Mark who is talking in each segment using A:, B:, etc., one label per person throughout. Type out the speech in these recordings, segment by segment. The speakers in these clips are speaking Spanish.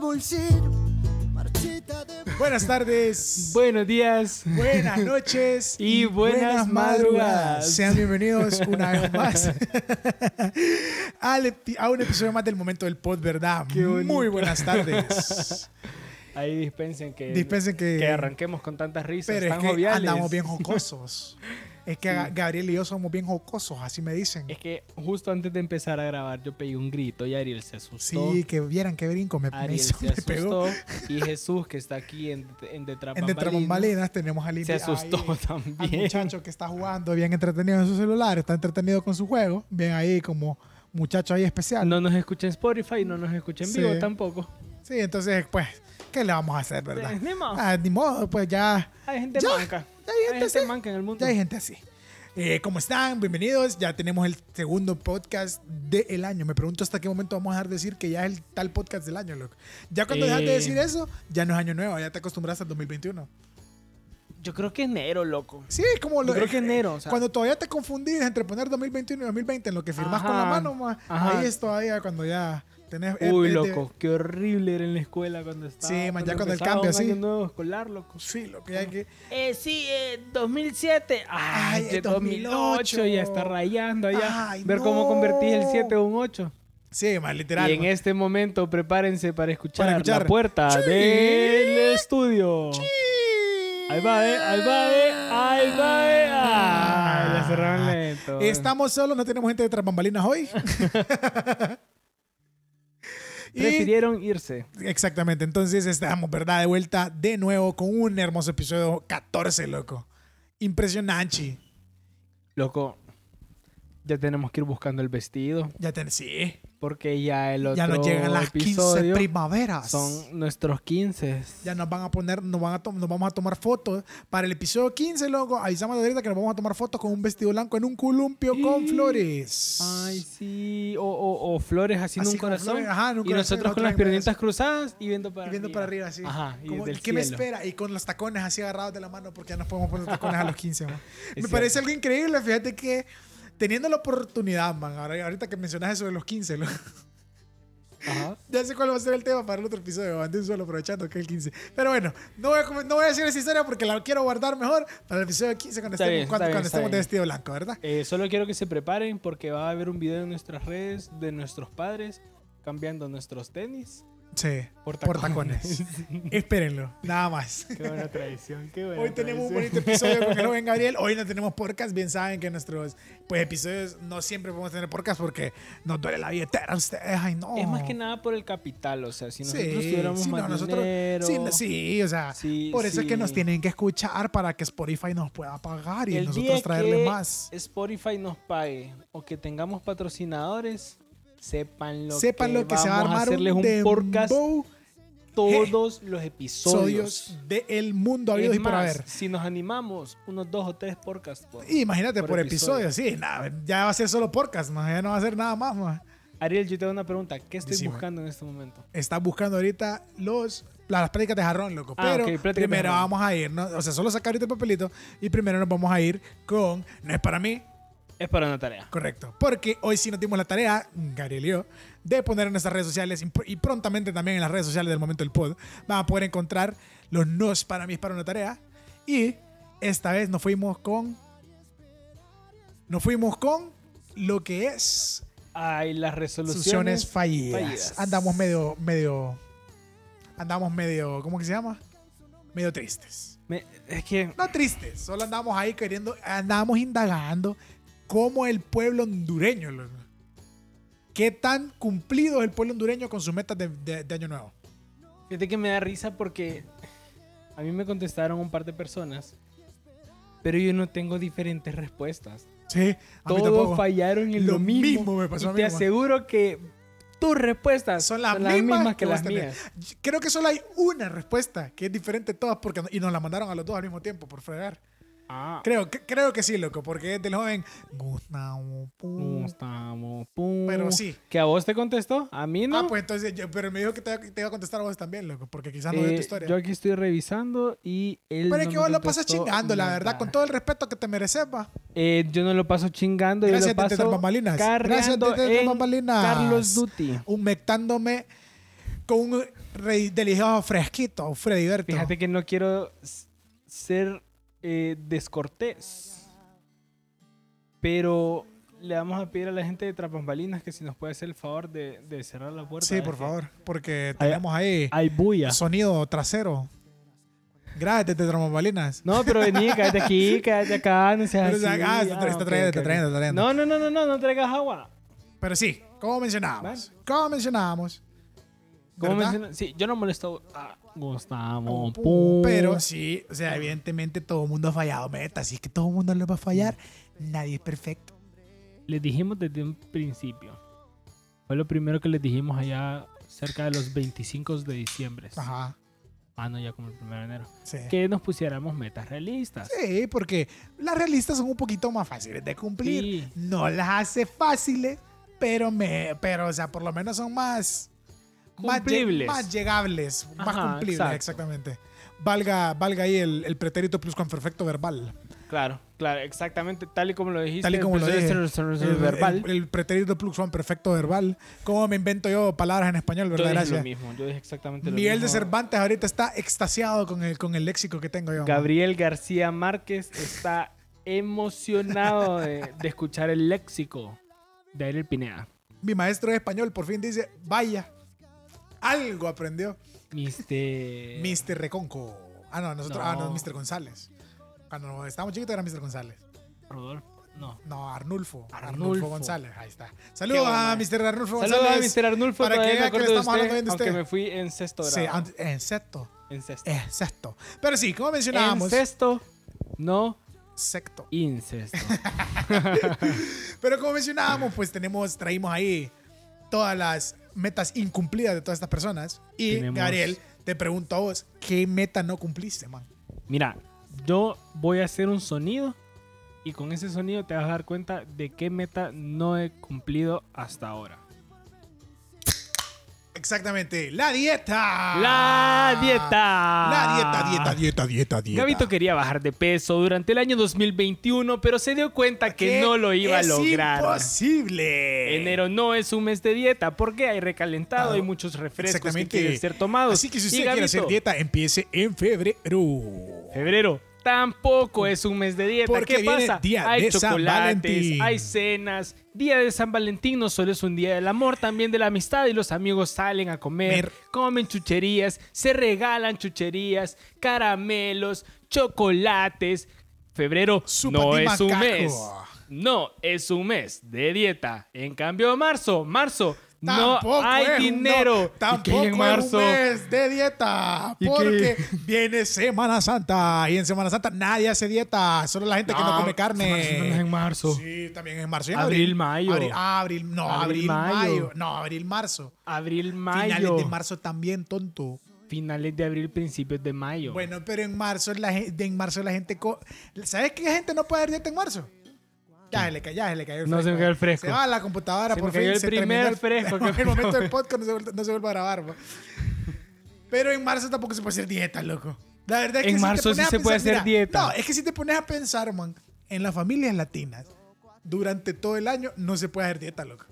A: bolsillo, marchita de...
B: Buenas tardes.
C: Buenos días.
B: Buenas noches
C: Y buenas madrugadas.
B: Sean bienvenidos una vez más al epi- a un episodio más del momento del pod, ¿verdad?
C: Qué bonito.
B: Muy buenas tardes.
C: Ahí dispensen que,
B: Dispensen que-
C: que arranquemos con tantas risas
B: Pero es
C: tan
B: que
C: joviales.
B: andamos bien jocosos. Es que Ga- Gabriel y yo somos bien jocosos, así me dicen.
C: Es que justo antes de empezar a grabar yo pegué un grito y Ariel se asustó.
B: Sí, que vieran qué brinco me, me
C: Ariel
B: hizo,
C: se
B: me pegó.
C: asustó y Jesús que está aquí en, en detrás
B: En Detrás
C: bambalinas,
B: Bambalinas tenemos al
C: se
B: Indy
C: asustó
B: ahí, Al
C: también.
B: muchacho que está jugando bien entretenido en su celular, está entretenido con su juego, bien ahí como muchacho ahí especial.
C: No nos escucha en Spotify, no nos escucha en
B: Sí.
C: vivo tampoco.
B: Sí, entonces, pues, ¿qué le vamos a hacer, verdad?
C: Ni modo.
B: Ah, ni modo, pues ya,
C: Hay gente
B: Ya,
C: manca.
B: ya hay gente así.
C: manca en el mundo.
B: ya hay gente así. Eh, ¿Cómo están? Bienvenidos. Ya tenemos el segundo podcast del año. Me pregunto hasta qué momento vamos a dejar de decir que ya es el tal podcast del año, loco. Ya cuando dejas de
C: Eh.
B: decir eso, ya no es año nuevo, ya te acostumbras al 2021.
C: Yo creo que enero, loco.
B: Sí, como
C: Yo
B: lo, eh,
C: creo que enero. O sea,
B: cuando todavía te confundís entre poner 2021 y 2020 en lo que firmas
C: Ajá,
B: con la mano, ma,
C: ajá.
B: ahí es todavía cuando ya tenés... es-
C: Uy,
B: es de-
C: loco, qué horrible era en la escuela cuando estaba.
B: Eh, Sí, man, ya cuando el
C: empezaba
B: cambio,
C: un
B: sí.
C: año nuevo escolar, loco.
B: Sí, lo que hay que...
C: Eh, sí, eh, 2007. Ay,
B: Ay,
C: de 2008.
B: 2008.
C: Ya está rayando allá.
B: Ay,
C: Ver cómo
B: no.
C: convertís el 7 en un 8.
B: Sí, más literal.
C: y en
B: ma.
C: este momento prepárense para escuchar,
B: Para escuchar.
C: la puerta
B: Sí.
C: del estudio. Ahí va, eh, ahí va, eh, ahí va, eh.
B: Ah,
C: Ay, ya cerraron lento. eh.
B: Estamos solos, no tenemos gente de bambalinas hoy. Y-
C: Prefirieron irse.
B: exactamente, entonces estamos, ¿verdad? De vuelta de nuevo con un hermoso episodio 14, loco. Impresionante.
C: Loco, ya tenemos que ir buscando el vestido.
B: Ya ten, sí.
C: Porque ya el otro
B: Ya nos llegan las 15
C: episodio
B: primaveras.
C: son nuestros 15.
B: Ya nos van a poner, nos, van a tom- nos vamos a tomar fotos. Para el episodio 15, loco, avisamos de ahorita que nos vamos a tomar fotos con un vestido blanco en un columpio con flores.
C: Ay, sí. O, o- o flores haciendo
B: Así
C: un
B: como
C: corazón.
B: flores, ajá, en un
C: y
B: corazón,
C: nosotros con
B: nosotros
C: las
B: en brazos.
C: piernitas cruzadas y viendo para
B: Y viendo
C: arriba.
B: para arriba así.
C: Ajá, y
B: Como,
C: del
B: ¿Qué me
C: cielo.
B: espera? Y con los tacones así agarrados de la mano porque ya nos podemos poner tacones a los 15, man. Me
C: cierto.
B: parece algo increíble, fíjate que teniendo la oportunidad, man, ahora- ahorita que mencionas eso de los 15, lo-
C: Ajá.
B: ya sé cuál va a ser el tema para el otro episodio, man, de un solo aprovechando que es el 15. Pero bueno, no voy, a, com- no voy a decir esa historia porque la quiero guardar mejor para el episodio 15 cuando
C: Está
B: estemos,
C: bien,
B: cuando,
C: está bien,
B: cuando
C: está
B: estemos de
C: bien.
B: vestido blanco, ¿verdad?
C: Eh, solo quiero que se preparen porque va a haber un video en nuestras redes de nuestros padres cambiando nuestros tenis
B: Sí,
C: por
B: por
C: tacones.
B: tacones. Espérenlo, nada más.
C: qué buena tradición, qué buena
B: Hoy tenemos un
C: tradición.
B: bonito episodio con el joven Gabriel. Hoy no tenemos podcast. Bien saben que nuestros pues, episodios no siempre podemos tener podcast porque nos duele la billetera a ustedes. Ay, no.
C: Es más que nada por el capital, o sea, si
B: Sí,
C: nosotros tuviéramos
B: sí,
C: más
B: no, nosotros-
C: dinero...
B: sí, no, sí, o sea,
C: Sí,
B: por eso es que
C: sí.
B: nos tienen que escuchar para que Spotify nos pueda pagar y
C: el
B: nosotros
C: día
B: traerle
C: que
B: más.
C: Spotify nos pague o que tengamos patrocinadores, sepan lo
B: Sepan
C: que,
B: lo que se va a
C: vamos
B: armar
C: hacerles
B: un,
C: un, podcast
B: dembow
C: todos los episodios.
B: sodios del mundo habido
C: Es
B: y por
C: más,
B: haber.
C: si nos animamos, unos dos o tres podcasts. por-
B: Imagínate por,
C: por
B: episodio,
C: episodio.
B: sí, nada, ya va a ser solo podcast, más, ya no va a ser nada más, más.
C: Ariel, yo te hago una pregunta. ¿Qué estoy
B: Decime.
C: buscando en este momento?
B: está buscando ahorita los, las prácticas de jarrón, loco.
C: Ah,
B: Pero
C: ok, prácticas de
B: primero
C: jarrón.
B: vamos a ir, ¿no? o sea, solo sacar ahorita el papelito y primero nos vamos a ir con No es para mí,
C: Es para una tarea.
B: correcto. Porque hoy sí nos dimos la tarea, Gabriel y yo, de poner en nuestras redes sociales y pr- y prontamente también en las redes sociales del momento del pod, van a poder encontrar los No es para mí, es para una tarea. Y esta vez nos fuimos con... Nos fuimos con lo que es
C: Hay las resoluciones.
B: soluciones fallidas.
C: fallidas.
B: Andamos medio, medio, andamos medio, ¿cómo que se llama? Medio tristes.
C: Me- es que
B: No tristes, solo andamos ahí queriendo, andamos indagando cómo el pueblo hondureño, loco. qué tan cumplido es el pueblo hondureño con sus metas de, de- de año nuevo.
C: Fíjate que me da risa porque a mí me contestaron un par de personas, pero yo no tengo diferentes respuestas.
B: Sí, a mí
C: Todos
B: tampoco.
C: fallaron en lo,
B: Lo
C: mismo.
B: mismo me pasó
C: y
B: a mí,
C: te
B: man.
C: aseguro que tus respuestas
B: Son las mismas que
C: que
B: vos
C: las
B: tenés.
C: mías.
B: Creo que solo hay una respuesta que es diferente de todas porque y nos la mandaron a los dos al mismo tiempo por fregar.
C: Ah.
B: Creo, que- creo que sí, loco, porque es del joven Gustavo Pum.
C: No estamos, pum.
B: Pero sí.
C: ¿Que a vos te contestó? ¿A mí no?
B: Ah, pues entonces, yo- pero me dijo que te, iba- te iba a contestar a vos también, loco, porque quizás no veo
C: Eh,
B: tu historia.
C: yo aquí estoy revisando y él
B: pero es
C: no
B: que
C: me
B: vos lo pasas
C: contestó
B: chingando, la verdad,
C: nada.
B: con todo el respeto que te mereces, va.
C: Eh, yo no lo paso chingando,
B: Gracias,
C: yo lo
B: Tetas
C: paso
B: Bambalinas. Gracias,
C: carreando
B: Tetas
C: en
B: Bambalinas.
C: Carlos Duty.
B: Humectándome con un re- delicioso, fresquito, Freddy
C: Fíjate que no quiero s- ser eh, descortés, pero le vamos a pedir a la gente de Trapambalinas que si nos puede hacer el favor de, de cerrar la puerta.
B: Sí,
C: de
B: por
C: que
B: favor, porque tenemos ahí
C: Hay bulla.
B: sonido trasero. Gracias, te tromobalinas.
C: No, pero vení, cállate aquí, cállate acá, no seas
B: Pero, o sea,
C: así.
B: ah, está tra- está
C: ok,
B: trayendo,
C: ok,
B: está trayendo,
C: ok.
B: está trayendo.
C: No, no, no, no, no, no traigas agua.
B: Pero sí, como mencionábamos, como mencionábamos,
C: ¿Cómo
B: ¿Verdad?
C: menciona- Sí, yo no molesto a Gustavo.
B: Pero sí, o sea, evidentemente todo el mundo ha fallado, meta. Así que todo el mundo le va a fallar. Nadie es perfecto.
C: Les dijimos desde un principio. Fue lo primero que les dijimos allá cerca de los 25 de diciembre.
B: Ajá.
C: Ah, no, ya como el primero de enero.
B: Sí.
C: Que nos pusiéramos metas realistas.
B: Sí, porque las realistas son un poquito más fáciles de cumplir.
C: Sí.
B: No las hace fáciles, pero me, pero o sea, por lo menos son más más lle-
C: Cumplibles.
B: más, llegables, más
C: Ajá,
B: cumplibles,
C: exacto.
B: exactamente. Valga, valga ahí el, el pretérito pluscuamperfecto verbal.
C: Claro, claro, exactamente tal y como lo dijiste.
B: Tal y como lo
C: empezó
B: dije.
C: a ser- ser- ser
B: El,
C: verbal.
B: el, el pretérito pluscuamperfecto verbal. ¿Cómo me invento yo palabras en español,
C: yo
B: verdad?
C: dije
B: Gracias.
C: lo mismo, yo dije exactamente lo
B: Miguel
C: mismo.
B: de Cervantes ahorita está extasiado con el, con el léxico que tengo yo.
C: Gabriel García Márquez está emocionado de, de escuchar el léxico de Ariel Pineda.
B: Mi maestro de español por fin dice, vaya, algo aprendió.
C: Mister...
B: Mr. Reconco. Ah, no, nosotros, ah, no,
C: No.
B: Mr. González. Cuando estábamos chiquitos era Mr. González.
C: Rodolfo. No.
B: No, Arnulfo. Arnulfo,
C: Arnulfo.
B: González. Ahí está.
C: Qué
B: Saludos
C: bueno.
B: a Mr. Arnulfo
C: Saludos a
B: González.
C: Mr. Arnulfo.
B: para que
C: todavía me
B: vea que le
C: acuerdo de
B: estamos hablando bien de
C: Aunque
B: usted.
C: me fui en sexto
B: Sí,
C: grado.
B: an- en sexto.
C: en sexto.
B: En sexto. Pero sí, como mencionábamos,
C: Incesto, no
B: sexto.
C: incesto.
B: Pero como mencionábamos, pues tenemos, traímos ahí todas las metas incumplidas de todas estas personas. Y
C: Tenemos-
B: Gabriel, te pregunto a vos, ¿qué meta no cumpliste, man?
C: Mira, yo voy a hacer un sonido y con ese sonido te vas a dar cuenta de qué meta no he cumplido hasta ahora.
B: Exactamente, la dieta.
C: La dieta.
B: Ah, La dieta, dieta, dieta, dieta, dieta.
C: Gabito quería bajar de peso durante el año 2021, pero se dio cuenta que no lo iba a
B: es
C: lograr.
B: Imposible.
C: Enero no es un mes de dieta porque hay recalentado, hay muchos refrescos que
B: Exactamente.
C: quieren ser tomados.
B: Así que si
C: Y
B: usted quiere
C: Gabito,
B: hacer dieta, empiece en febrero.
C: Febrero tampoco es un mes de dieta.
B: Porque
C: ¿Qué
B: viene
C: pasa?
B: día
C: hay
B: de San
C: chocolates,
B: Valentín.
C: hay cenas. Día de San Valentín no solo es un día del amor, también de la amistad. Y los amigos salen a comer,
B: Mer-
C: comen chucherías, se regalan chucherías, caramelos, chocolates. Febrero
B: Supa
C: no
B: de
C: es un
B: macaco.
C: mes. No es un mes de dieta. En cambio, marzo, marzo.
B: Tampoco
C: no hay
B: es un-
C: dinero.
B: no,
C: ¿Y qué
B: tampoco
C: hay en marzo.
B: es un mes de dieta.
C: ¿Y qué?
B: Porque viene Semana Santa. Y en Semana Santa nadie hace dieta. Solo la gente que no come
C: Semana Santa Ah, no es en
B: carne.
C: marzo.
B: Sí, también es en marzo. Y en
C: Abril, mayo.
B: Abril, ah, abril- no,
C: Abril,
B: abril,
C: mayo.
B: mayo. No, abril, marzo.
C: Abril, mayo.
B: Finales de marzo también, tonto.
C: Finales de abril, principios de mayo.
B: Bueno, pero en marzo la gente, en marzo la gente co- ¿Sabes qué gente no puede hacer dieta en marzo? Ya se le cayó, ya se le cayó el
C: No,
B: fresco.
C: se me cayó el fresco.
B: Se va a la computadora
C: Se me
B: por
C: cayó
B: fin,
C: el
B: se
C: primer
B: terminó
C: fresco que
B: el,
C: me
B: momento
C: tomé.
B: del podcast no se, vuelve- no se vuelve a grabar. bro. Pero en marzo tampoco se puede hacer dieta, loco. La verdad es que
C: En
B: si te
C: marzo
B: pones
C: sí
B: a
C: se puede
B: pensar-
C: hacer
B: mira,
C: dieta.
B: No, es que si te pones a pensar, man, en las familias latinas durante todo el año no se puede hacer dieta, loco.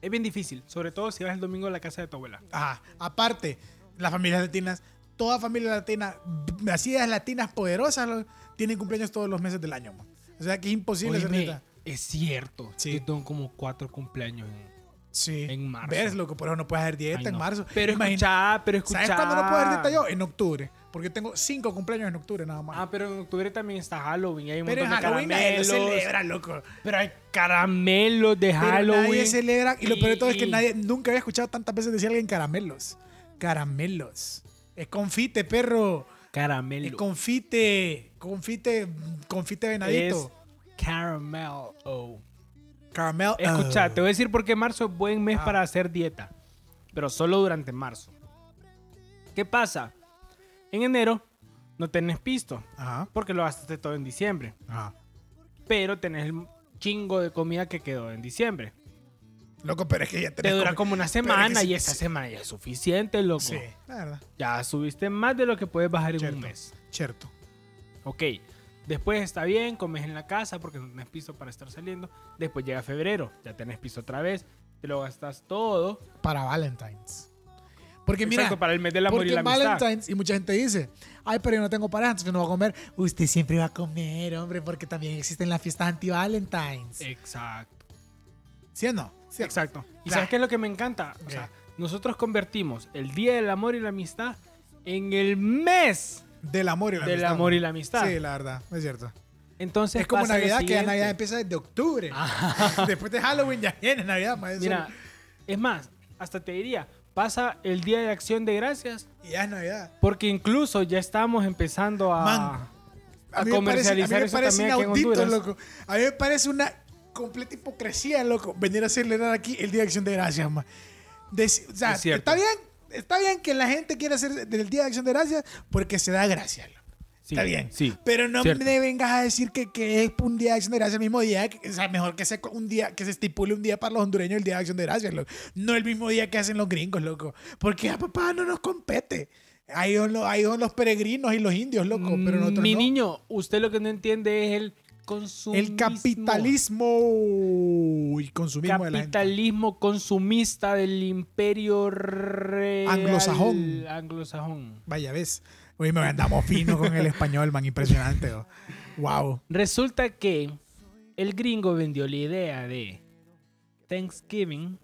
C: Es bien difícil, sobre todo si vas el domingo a la casa de tu abuela.
B: Ajá. Aparte, las familias latinas, toda familia latina, b- así de las latinas poderosas, lo- tienen cumpleaños todos los meses del año. mo. O sea que es imposible hacer dieta.
C: es cierto.
B: Sí.
C: Yo tengo como cuatro cumpleaños. en-
B: Sí.
C: en marzo.
B: Ves, loco, por eso no puedes hacer dieta
C: Ay,
B: en
C: no.
B: marzo.
C: Pero
B: Imagina-
C: escuchá, pero escuchá.
B: ¿Sabes cuándo no puedo hacer dieta yo? En octubre. Porque tengo cinco cumpleaños en octubre nada más.
C: Ah, pero en octubre también está Halloween. y Hay un
B: pero en
C: montón de
B: Halloween nadie lo
C: caramelos.
B: celebra, loco.
C: Pero hay caramelos de
B: Pero
C: Halloween.
B: nadie celebra. Y lo peor de todo es que
C: Y-
B: nadie, nunca había escuchado tantas veces decir a alguien caramelos. Caramelos. Es confite, perro.
C: Caramelo.
B: El confite, confite, confite venadito.
C: Es caramel. Oh.
B: Caramel.
C: Escucha, te
B: oh.
C: voy a decir por qué marzo es buen
B: Ah.
C: mes para hacer dieta, pero solo durante marzo. ¿Qué pasa? En enero no tenés pisto,
B: Ajá.
C: porque lo gastaste todo en diciembre,
B: Ajá.
C: pero tenés el chingo de comida que quedó en diciembre.
B: Loco, pero es que ya
C: Te
B: tenés
C: dura
B: comi-
C: como una
B: pero es que
C: semana
B: sí-
C: y esa
B: sí-
C: semana ya es suficiente, loco.
B: Sí, la verdad.
C: Ya subiste más de lo que puedes bajar en un
B: Cierto.
C: mes.
B: Cierto.
C: Ok, después está bien, comes en la casa porque no tenés piso para estar saliendo. Después llega febrero, ya tenés piso otra vez, te lo gastas todo.
B: Para Valentine's. Porque mira,
C: Exacto, para el mes del amor
B: porque
C: y la amistad.
B: Valentine's, y mucha gente dice, ay, pero yo no tengo pareja, entonces yo no voy a comer. Usted siempre va a comer, hombre, porque también existen las fiestas anti-Valentine's.
C: Exacto.
B: ¿Sí o no? ¿Sí o no?
C: Eh, Exacto. ¿Y
B: Nah.
C: sabes qué es lo que me encanta? O
B: Ok.
C: sea, nosotros convertimos el Día del Amor y la Amistad en el mes
B: Del amor y la
C: del
B: amistad.
C: amor y la amistad.
B: Sí, la verdad, es cierto.
C: Entonces
B: Es como
C: pasa lo
B: Navidad, que la
C: siguiente. Ah.
B: Navidad empieza desde octubre. Después de Halloween ya viene Navidad, maestro.
C: Mira, es más, hasta te diría, pasa el Día de Acción de Gracias
B: Y ya es Navidad.
C: porque incluso ya estamos empezando a...
B: Man,
C: a comercializar eso también aquí en Honduras.
B: loco. A mí me parece una completa hipocresía, loco, venir a hacerle dar aquí el Día de Acción de Gracias, ma. Des- o sea,
C: Es cierto.
B: está bien, está bien que la gente quiera hacer del Día de Acción de Gracias porque se da gracias, loco.
C: Sí,
B: está bien.
C: sí,
B: Pero no
C: cierto.
B: me vengas a decir que, que es un día de acción de gracias el mismo día. que- o sea, mejor que se, un día, que se estipule un día para los hondureños el día de acción de gracias, loco. No el mismo día que hacen los gringos, loco. Porque a papá no nos compete. Ahí son, los, ahí son los peregrinos y los indios, loco. Pero nosotros
C: Mm, Mi
B: no.
C: niño, usted lo que no entiende es el consumismo.
B: El capitalismo y consumismo de la gente.
C: Capitalismo consumista del imperio real-
B: Anglosajón.
C: anglosajón.
B: Vaya, ves. Hoy me andamos fino con el español, man. Impresionante. oh. Wow.
C: Resulta que el gringo vendió la idea de Thanksgiving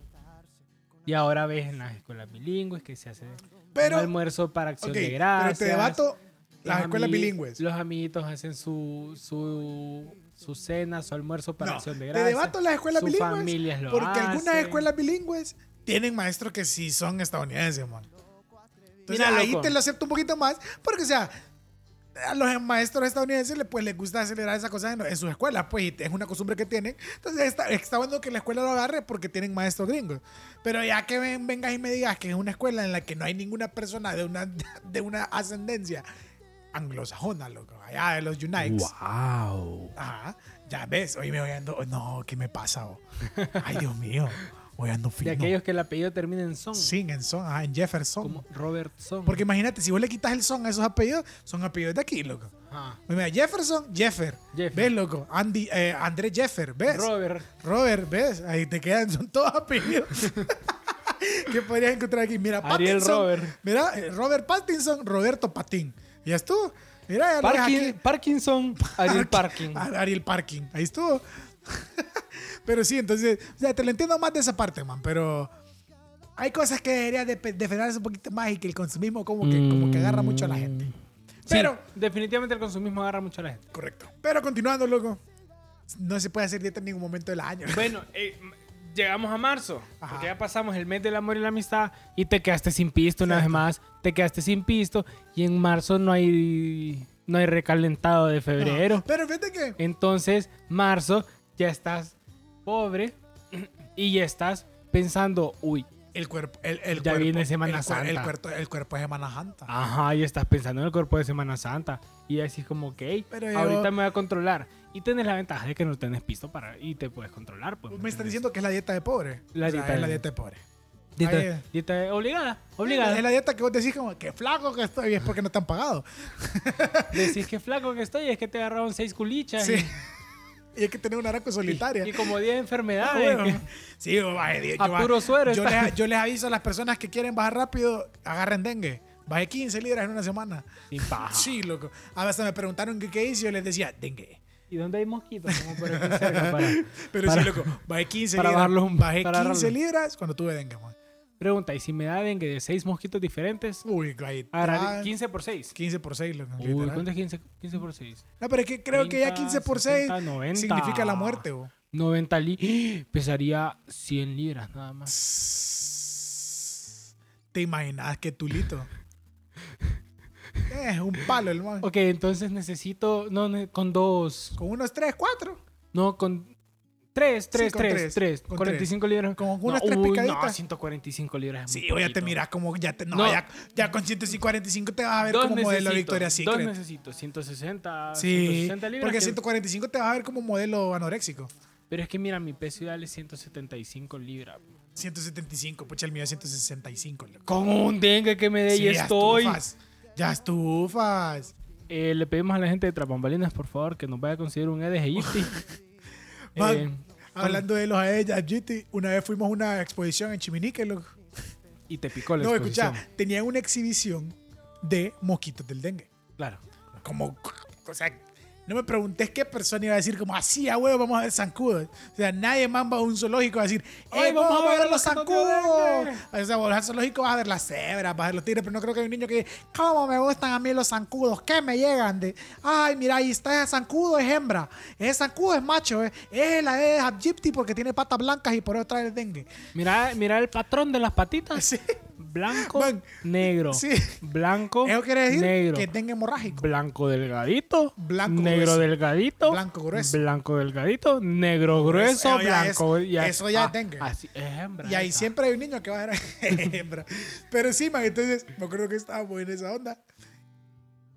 C: y ahora ves en las escuelas bilingües que se hace
B: Pero-
C: un almuerzo para acción
B: Ok,
C: de
B: pero
C: gracias.
B: te debato las
C: Los
B: escuelas
C: amigui-
B: bilingües.
C: Los amiguitos hacen su, su, su cena, su almuerzo para
B: No,
C: acción de
B: te
C: gracias.
B: debato las escuelas
C: Sus
B: bilingües
C: familias lo
B: porque algunas
C: hacen.
B: escuelas bilingües tienen maestros que sí son estadounidenses, man. Entonces
C: Mira,
B: ahí
C: loco.
B: te lo acepto un poquito más porque, o sea, a los maestros estadounidenses les, pues, les gusta acelerar esas cosas en, en sus escuelas, pues, y es una costumbre que tienen. Entonces está, está bueno que la escuela lo agarre porque tienen maestros gringos. Pero ya que ven- vengas y me digas que es una escuela en la que no hay ninguna persona de una, de una ascendencia anglosajona, loco, allá de los Unites.
C: ¡Wow!
B: Ajá, ya ves, hoy me voy ando. No, ¿qué me pasa? oh? Ay, Dios mío, hoy ando
C: De
B: fino.
C: aquellos que el apellido termina en son.
B: Sí, en, son, ajá, en Jefferson.
C: Como Robertson.
B: Porque imagínate, si vos le quitas el son a esos apellidos, son apellidos de aquí, loco.
C: Ah,
B: Mira, Jefferson, Jeffer.
C: Jeffer.
B: ¿Ves, loco? Andy, eh, Andrés Jeffer, ¿ves?
C: Robert.
B: Robert, ¿ves? Ahí te quedan, son todos apellidos. ¿Qué podrías encontrar aquí? Mira,
C: Ariel
B: Pattinson.
C: Robert.
B: Mira, eh, Robert Pattinson, Roberto Patín. ¿Ya estuvo? Mira, ya lo ves
C: Parkin-
B: aquí.
C: Parkinson. Ariel Parkin.
B: Ar- Ariel Parking. Ahí estuvo. pero sí, entonces, o sea, te lo entiendo más de esa parte, man, pero hay cosas que debería de defenderse un poquito más y que el consumismo como que, como que agarra mucho a la
C: Mm,
B: gente. Pero,
C: Pero definitivamente el consumismo agarra mucho a la gente.
B: correcto. Pero continuando, loco, no se puede hacer dieta en ningún momento del año.
C: Bueno, eh, m- llegamos a marzo.
B: Ajá.
C: Porque ya pasamos el mes del amor y la amistad y te quedaste sin pisto una vez
B: Exacto.
C: más. Te quedaste sin pisto y en marzo no hay, no hay recalentado de
B: No,
C: febrero.
B: Pero fíjate que
C: Entonces, marzo ya estás pobre y ya estás pensando, uy,
B: el cuerpo, el, el
C: Ya
B: cuerpo,
C: viene Semana
B: el, cuer-
C: Santa. Ah,
B: El cuerpo, el cuerpo es Semana Santa.
C: Ajá, y estás pensando en el cuerpo de Semana Santa. Y así como, ok,
B: Pero yo-
C: ahorita me voy a controlar. Y tenés la ventaja de que no tenés pisto para... Y te puedes controlar, pues.
B: Vos
C: ¿me
B: Me estás
C: entendés?
B: diciendo que es la dieta de pobre.
C: La
B: O sea,
C: dieta
B: es la
C: de-
B: dieta de pobre.
C: Dieta,
B: Ahí-
C: dieta obligada,
B: Es
C: obligada.
B: la dieta que vos decís como que flaco que estoy y es porque no te han pagado.
C: Decís que flaco que estoy, es que te agarraron seis culichas.
B: Sí.
C: y-
B: y hay que tener un araco
C: Y,
B: solitaria.
C: y como 10
B: Ah,
C: enfermedades.
B: bueno. Sí, yo, baje, diez,
C: A
B: yo, baje.
C: puro suero
B: Yo
C: está.
B: les, yo les aviso a las personas que quieren bajar rápido, agarren dengue. Bajé 15 libras en una semana.
C: Sin paja.
B: Sí, loco. A veces me preguntaron qué, qué hice y yo les decía, dengue.
C: ¿Y dónde hay mosquitos? Como por aquí cerca, para-
B: Pero
C: para-
B: sí, loco, bajé 15
C: para
B: libras.
C: bajarlos un-
B: bajé
C: para
B: 15
C: agarrarlos.
B: libras cuando tuve dengue, man.
C: Pregunta, ¿y si me da dengue de seis mosquitos diferentes?
B: Uy, ahí
C: Agarrar
B: ah,
C: 15 por 6.
B: 15 por 6, loco.
C: Uy,
B: literal.
C: ¿cuánto es 15, 15 por 6?
B: No, pero es que creo que ya
C: 30,
B: 15 por 6
C: 60, 90.
B: significa la muerte, bo.
C: 90 libras. Pesaría 100 libras nada más.
B: ¿Te imaginas que tulito? es un palo el man.
C: Ok, entonces necesito. No, ne- con dos.
B: Con unos 3, 4.
C: No, con. Tres, tres,
B: con
C: tres,
B: tres,
C: tres.
B: con
C: 45 libras.
B: Con
C: No,
B: unas tres
C: uy, No,
B: picaditas.
C: 145 libras. es muy
B: Sí, o ya te
C: poquito.
B: miras como ya te, no,
C: No.
B: Ya, ya con 145 te vas a ver
C: Dos
B: como modelo
C: necesito,
B: Victoria
C: Dos
B: Secret.
C: necesito. 160.
B: Sí,
C: 160 libras.
B: porque
C: que-
B: 145 te vas a ver como modelo anoréxico.
C: Pero es que mira, mi peso ideal es 175 libras.
B: 175, pucha, el mío es 165. loco.
C: Con un dengue que me dé
B: Sí,
C: y
B: ya
C: estoy.
B: estufas. Ya estufas.
C: Eh, le pedimos a la gente de Trapambalinas, por favor, que nos vaya a conseguir un E Edes Egipti.
B: Man,
C: Eh,
B: E, hablando de los AEJGT, una vez fuimos a una exposición en Chiminique, loco.
C: y y te picó la
B: No,
C: exposición.
B: escucha, tenía una exhibición de mosquitos del dengue.
C: Claro.
B: Como, o sea, no me preguntes qué persona iba a decir como, así, a huevo, vamos a ver zancudos. O sea, nadie más va a un zoológico a decir,
C: Hoy
B: ¡Ey,
C: vamos
B: vamos
C: a
B: a
C: ver
B: ver los
C: los mosquitos de
B: zancudos! O sea, volver al zoológico vas a ver las cebras, vas a ver los tigres, pero no creo que haya un niño que, ¿cómo me gustan a mí los zancudos? ¿Qué me llegan? De, Ay, mira, ahí está, ese zancudo es hembra, ese zancudo es macho, es, es la es Egypti porque tiene patas blancas y por eso trae el dengue.
C: Mira, mira el patrón de las patitas.
B: Sí.
C: Blanco,
B: Man,
C: negro.
B: sí.
C: Blanco,
B: Eso quiere decir
C: negro.
B: que es dengue hemorrágico.
C: Blanco delgadito,
B: Blanco
C: negro
B: grueso.
C: delgadito,
B: Blanco grueso.
C: blanco delgadito, negro grueso,
B: Eso ya
C: blanco.
B: es- eso ya es dengue.
C: ah, así- es hembra
B: Y ahí
C: esa.
B: siempre hay un niño que va a ver hembra. Pero sí, man, entonces me acuerdo que estábamos en esa onda.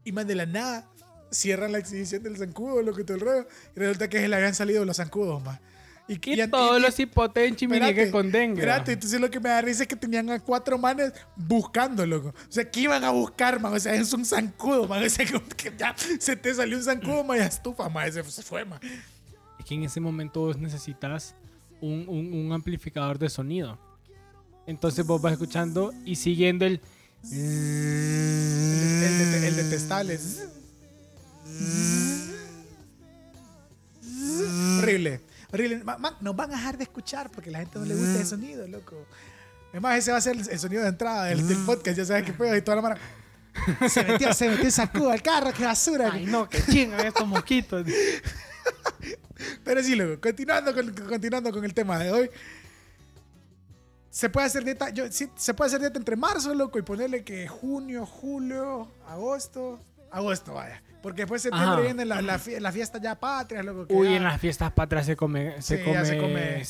B: Y man, de la nada, cierran la exhibición del zancudo, lo que todo el rollo. Y resulta que se le habían salido los zancudos, man. Y,
C: Y,
B: y a-
C: todos
B: y-
C: los hipotes en Chimineque
B: espérate,
C: con dengue.
B: Espérate, entonces lo que me da risa es que tenían a cuatro manes buscando, loco. O sea, ¿qué iban a buscar, man? O sea, es un zancudo, man. O sea, como que ya se te salió un zancudo, man, ya estufa, man. Ese se fue, man.
C: Es que en ese momento vos necesitas un, un- un amplificador de sonido. Entonces vos vas escuchando y siguiendo el.
B: El, de, el detestable. es- Horrible. Horrible. Ma- ma- nos van a dejar de escuchar porque la gente no le gusta ese sonido, loco. Es más, ese va a ser el, el sonido de entrada del, del podcast. Ya sabes que puedo y toda la mano. Se metió, se metió sacudo al carro, qué basura.
C: Ay, no, que chingan estos mosquitos.
B: Pero sí, loco, continuando con, continuando con el tema de hoy. Se puede hacer dieta, yo, sí, se puede hacer dieta entre marzo, loco, y ponerle que junio, julio, agosto. Agosto, vaya. Porque después septiembre
C: Ajá.
B: vienen las la, fie- las fiestas ya patrias, loco. que
C: Uy,
B: ya-
C: en las fiestas patrias se come, se,
B: Sí, ya
C: come,
B: se
C: se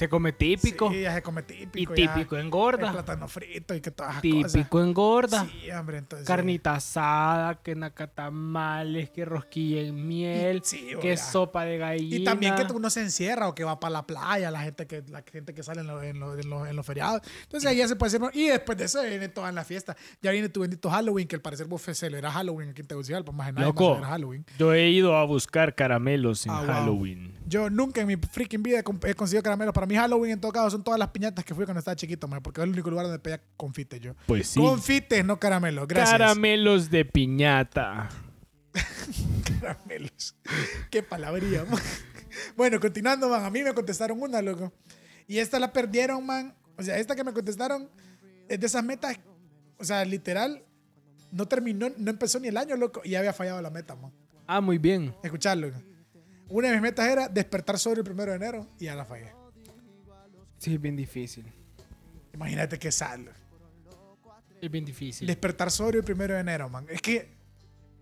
B: come-
C: come, típico.
B: Sí, ya se come típico.
C: y
B: ya.
C: típico engorda.
B: El plátano frito y que todas esas
C: típico engorda.
B: cosas. Sí, hombre, entonces.
C: Carnita asada, que nacatamales, que rosquilla en miel,
B: sí,
C: que
B: hola.
C: sopa de gallina.
B: Y también que uno se encierra o que va para la playa, la gente que, la gente que sale en, los- en los- en los- en los feriados. Entonces ahí ya se puede hacer. Y después de eso viene todas las fiestas. Ya viene tu bendito Halloween, que al parecer vos celebras Halloween aquí en Tegucigalpa. pues, Más nada,
C: Loco.
B: Halloween.
C: Yo he ido a buscar caramelos en
B: Ah, wow.
C: Halloween.
B: Yo nunca en mi freaking vida he com- he conseguido caramelos. Para mí Halloween en todo caso son todas las piñatas que fui cuando estaba chiquito, man, porque es el único lugar donde pedía confites yo.
C: Pues sí.
B: Confites, no caramelos. Gracias.
C: Caramelos de piñata.
B: caramelos. Qué palabría, man. Bueno, continuando, man. A mí me contestaron una, loco. Y esta la perdieron, man. O sea, esta que me contestaron es de esas metas. O sea, literal, no terminó, no empezó ni el año, loco. Y ya había fallado la meta, man.
C: Ah, muy bien.
B: Escuchadlo. Una de mis metas era despertar sobre el primero de enero y ya la fallé.
C: Sí, es bien difícil.
B: Imagínate qué sad. loco.
C: Es bien difícil.
B: Despertar sobre el primero de enero, man. Es que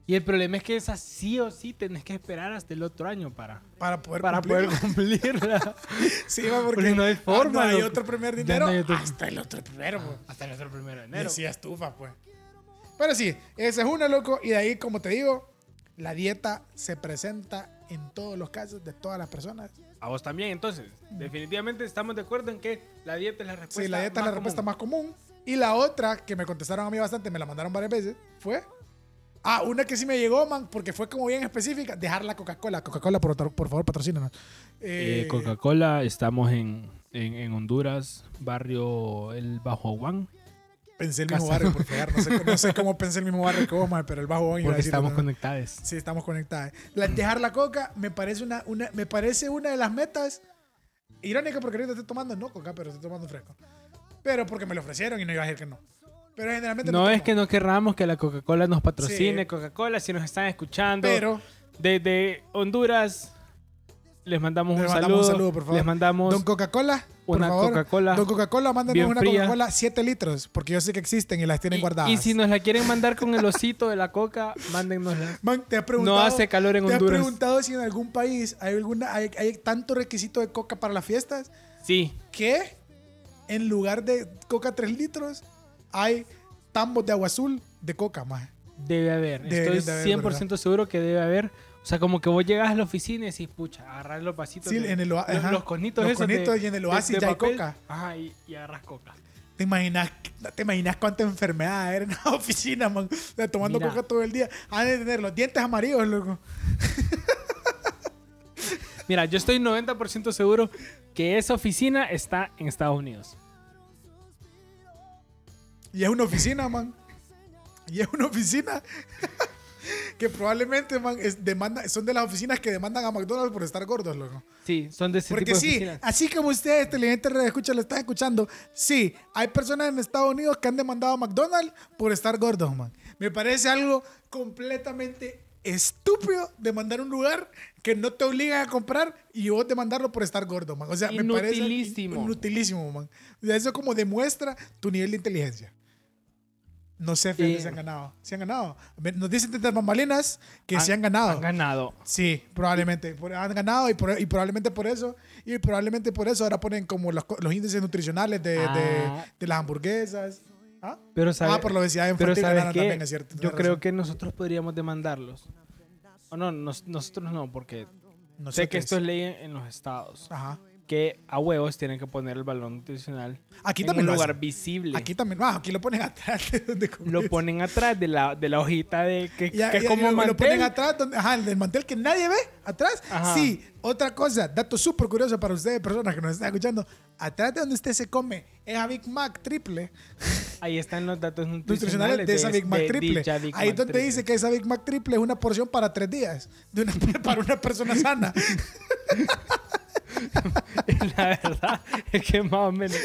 C: Y el problema es que esa sí o sí tenés que esperar hasta el otro año para,
B: para poder
C: para poder
B: cumplirlo.
C: cumplirla.
B: Sí, man, porque,
C: Porque no hay
B: ah,
C: forma,
B: no hay
C: loco.
B: otro primer
C: Ya
B: dinero
C: no hay otro-
B: hasta el otro primero, man.
C: hasta el otro primero de
B: Y
C: enero.
B: sí, estufa, pues. Pero sí, esa es una, loco. Y de ahí, como te digo, la dieta se presenta en todos los casos de todas las personas.
C: A vos también, entonces. Definitivamente estamos de acuerdo en que la dieta es la respuesta.
B: sí, Pues la dieta es la respuesta
C: común.
B: más común. Y la otra, que me contestaron a mí bastante, me la mandaron varias veces, fue... Ah, una que sí me llegó, man, porque fue como bien específica, dejar la Coca-Cola. Coca-Cola, por, otro- por favor, patrocínanos.
C: Eh,
B: Eh,
C: Coca-Cola, estamos en, en, en Honduras, barrio El Bajo Juan,
B: pensé el mismo
C: Casa.
B: barrio, por fregar. No sé, no sé cómo pensé el mismo barrio que vos, man, pero el bajo hoy iba a
C: porque
B: decir
C: estamos
B: otra-
C: conectados.
B: Sí, estamos conectados. La- dejar la coca me parece una, una- me parece una de las metas. Irónica porque ahorita estoy tomando, no coca, pero estoy tomando fresco. Pero porque me lo ofrecieron y no iba a decir que no. Pero generalmente
C: No es
B: tomo.
C: que no querramos que la Coca-Cola nos patrocine,
B: Sí.
C: Coca-Cola, si nos están escuchando.
B: Pero
C: Desde Honduras, les mandamos,
B: Les
C: un,
B: mandamos un
C: saludo,
B: saludo, por favor.
C: Les mandamos
B: Don Coca-Cola, por
C: una
B: favor.
C: Coca-Cola
B: Don Coca-Cola, mándenos
C: bien
B: una
C: fría.
B: Coca-Cola 7 litros, porque yo sé que existen y las tienen
C: Y-
B: guardadas.
C: Y, si nos la quieren mandar con el osito de la coca, mándennosla.
B: Man, te has preguntado,
C: hace calor en
B: ¿te has
C: Honduras.
B: preguntado si en algún país hay alguna hay, hay tanto requisito de coca para las fiestas?
C: Sí,
B: que en lugar de coca 3 litros hay tambos de agua azul de coca más.
C: debe haber.
B: Debería de
C: Estoy
B: haber,
C: 100% seguro que debe haber. O sea, como que vos llegas a la oficina y decís, pucha, agarrar los vasitos.
B: Sí,
C: de-
B: en el oa-
C: los,
B: ajá.
C: los conitos
B: Los
C: esos de-
B: conitos y en el
C: de-
B: oasis
C: de
B: ya hay
C: papel.
B: coca.
C: Ajá, y, y agarras coca.
B: ¿Te imaginas, ¿Te imaginas cuánta enfermedad era en la oficina, man? O sea, tomando
C: Mira.
B: coca todo el día. Han de tener los dientes amarillos, loco.
C: Mira, yo estoy 90% seguro que esa oficina está en Estados Unidos.
B: Y es una oficina, man. Y es una oficina que probablemente, man, es- demanda, son de las oficinas que demandan a McDonald's por estar gordos, loco.
C: Sí, son de ese
B: Porque
C: este tipo de
B: sí,
C: oficinas.
B: así como ustedes, televidente Red Escucha, lo están escuchando, sí, hay personas en Estados Unidos que han demandado a McDonald's por estar gordos, man. Me parece algo completamente estúpido demandar un lugar que no te obliga a comprar y vos demandarlo por estar gordo, man. O sea, me parece
C: Inutilísimo.
B: inutilísimo, man. O sea, eso como demuestra tu nivel de inteligencia. No sé, Fede,
C: Eh.
B: se han ganado. Se han ganado. Me- Nos dicen desde Bambalinas que se han ganado.
C: Ah, Han ganado.
B: Sí, probablemente. Por- Han ganado y, por- y probablemente por eso. Y probablemente por eso ahora ponen como los, co- los índices nutricionales de, de-
C: Ah.
B: de las hamburguesas. Ah,
C: Pero sabe-
B: Ah, por la obesidad
C: pero
B: infantil
C: ¿sabes
B: ganaron
C: qué?
B: también, es cierto.
C: Yo
B: tenés
C: creo
B: razón.
C: que nosotros podríamos demandarlos. O no, nos- nosotros no, porque
B: No
C: sé que
B: qué
C: esto es ley en en los estados.
B: Ajá.
C: Que a huevos tienen que poner el balón nutricional
B: Aquí
C: en
B: también
C: un
B: lo
C: lugar
B: hacen.
C: visible.
B: Aquí también. Ah, aquí lo ponen atrás de donde
C: lo
B: comes.
C: ponen atrás de la, de la hojita de que,
B: Ya-
C: que
B: ya-
C: como
B: lo- lo,
C: mantel.
B: ponen atrás, donde, ajá, el del mantel que nadie ve, atrás.
C: Ajá.
B: Sí, otra cosa, dato súper curioso para ustedes, personas que nos están escuchando. Atrás de donde usted se come es a Big Mac triple.
C: Ahí están los datos nutricionales,
B: nutricionales de esa Big Mac
C: de
B: triple.
C: dicha Big
B: Ahí
C: Mac
B: donde
C: triple.
B: dice que esa Big Mac triple es una porción para tres días. De una, para una persona sana.
C: La verdad es que más o menos.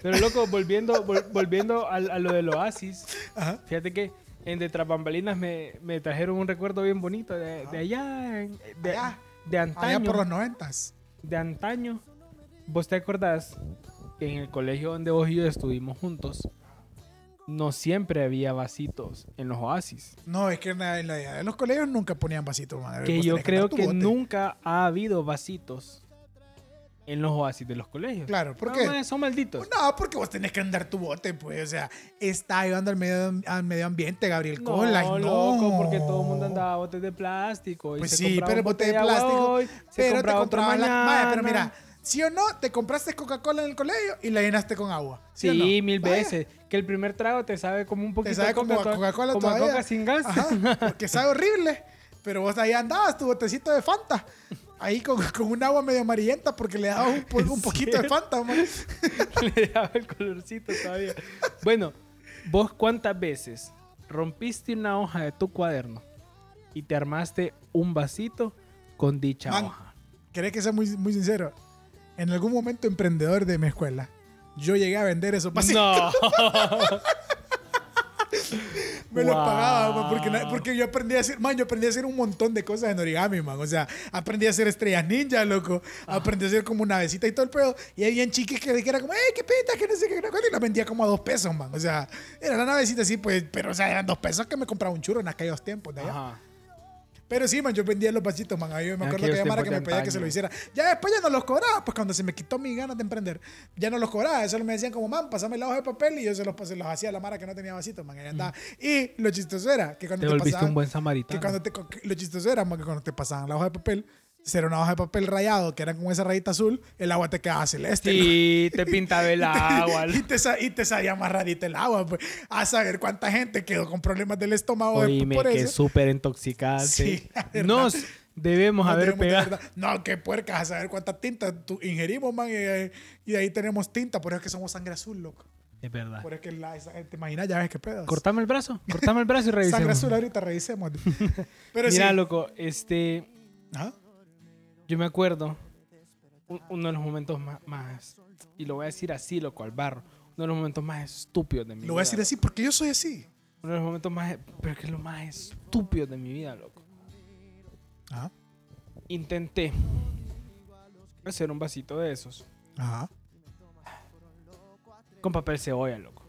C: Pero loco, volviendo, vol- volviendo a, a lo del oasis,
B: Ajá.
C: fíjate que en Detrás Bambalinas me, me trajeron un recuerdo bien bonito de, de allá, en- de,
B: Allá.
C: de
B: Allá
C: antaño.
B: por los noventas.
C: De antaño. ¿Vos te acordás que en el colegio donde vos y yo estuvimos juntos, no siempre había vasitos en los oasis?
B: No, es que en la, en la- en los colegios nunca ponían vasito, madre.
C: Que
B: Vos
C: yo
B: tenés
C: creo
B: dar tu
C: que
B: bote.
C: nunca ha habido vasitos en los oasis de los colegios.
B: Claro, ¿por
C: No,
B: qué?
C: man, son malditos.
B: No, porque vos tenés que andar tu bote, pues. O sea, está ayudando al medio, al medio ambiente, Gabriel
C: No,
B: Cola. No,
C: loco, porque todo el mundo andaba botes de plástico. y
B: Pues
C: se
B: sí,
C: compraba
B: pero el
C: un
B: bote de
C: agua
B: plástico.
C: hoy, se
B: pero te
C: compraba otro
B: comprabas la. Vaya, pero
C: mañana.
B: mira, ¿sí o no? Te compraste Coca-Cola en el colegio y la llenaste con agua.
C: Sí,
B: o no?
C: mil
B: Vaya.
C: veces. Que el primer trago te sabe como un poquito
B: Te sabe
C: a
B: como a
C: to-
B: Coca-Cola
C: como a
B: todavía.
C: Coca sin gas.
B: Ajá, porque sabe horrible. Pero vos ahí andabas, tu botecito de Fanta. Ahí con, con un agua medio amarillenta porque le dabas un, po- un poquito de Fanta. man.
C: Le daba el colorcito todavía. Bueno, vos cuántas veces rompiste una hoja de tu cuaderno y te armaste un vasito con dicha
B: Man,
C: hoja.
B: ¿Querés que sea muy, muy sincero? En algún momento emprendedor de mi escuela, yo llegué a vender Pues esos pasitos.
C: No.
B: Me los
C: Wow.
B: pagaba, man, porque, na- porque yo aprendí a hacer, man, yo aprendí a hacer un montón de cosas en origami, man. O sea, aprendí a hacer estrellas ninja, loco. Aprendí a hacer como una besita y todo el pedo. Y había chiques que dijeran como, ¡ey, qué pinta! Que no sé qué, que no sé cuánto", y las vendía como a dos pesos, man. O sea, era una navecita así, pues, pero o sea, eran dos pesos que me compraba un churro en aquellos tiempos de allá.
C: Ajá.
B: Pero sí, man, yo vendía los pasitos, man. Ahí yo me
C: En
B: acuerdo que
C: aquellos
B: llamara
C: tiempos
B: que me
C: de
B: pedía que se
C: antaño.
B: lo hiciera. Ya después ya no los cobraba, pues cuando se me quitó mi ganas de emprender, ya no los cobraba. Eso me decían como, man, pasame la hoja de papel y yo se los, pues, se los hacía a la mara que no tenía vasitos, man. Ahí andaba. Y lo chistoso era que
C: Mm. Te
B: cuando te,
C: volviste
B: pasaban.
C: un buen
B: que
C: samaritano.
B: cuando te, que lo chistoso era, man, que cuando te pasaban la hoja de papel, si era una hoja de papel rayado, que era con esa rayita azul, el agua te quedaba celeste. ¿no?
C: Sí, te pintaba el agua.
B: Y te, sa- y te sabía más rarita el agua, pues. A saber cuánta gente quedó con problemas del estómago de-
C: Oíme,
B: por
C: que
B: eso.
C: súper intoxicante.
B: Sí, la verdad.
C: Nos debemos
B: No
C: haber
B: tenemos de
C: pegado.
B: verdad- No, qué puercas, a saber cuánta tinta tú- ingerimos, man. Y, eh, y ahí tenemos tinta, por eso es que somos sangre azul, loco.
C: Es verdad.
B: Por eso es que la, esa gente, imagina, ya ves qué pedo.
C: Cortame el brazo, cortame el brazo y
B: Sangre
C: revisemos.
B: azul, ahorita revisemos. Pero
C: Mira,
B: sí.
C: loco, este,
B: Ajá.
C: yo me acuerdo un- uno de los momentos más, más- y lo voy a decir así, loco, al barro, uno de los momentos más estúpidos de mi vida.
B: Lo voy a decir
C: loco.
B: así porque yo soy así.
C: Uno de los momentos más, pero es que es lo más estúpido de mi vida, loco.
B: Ajá.
C: Intenté hacer un vasito de esos
B: Ajá.
C: con papel cebolla, loco.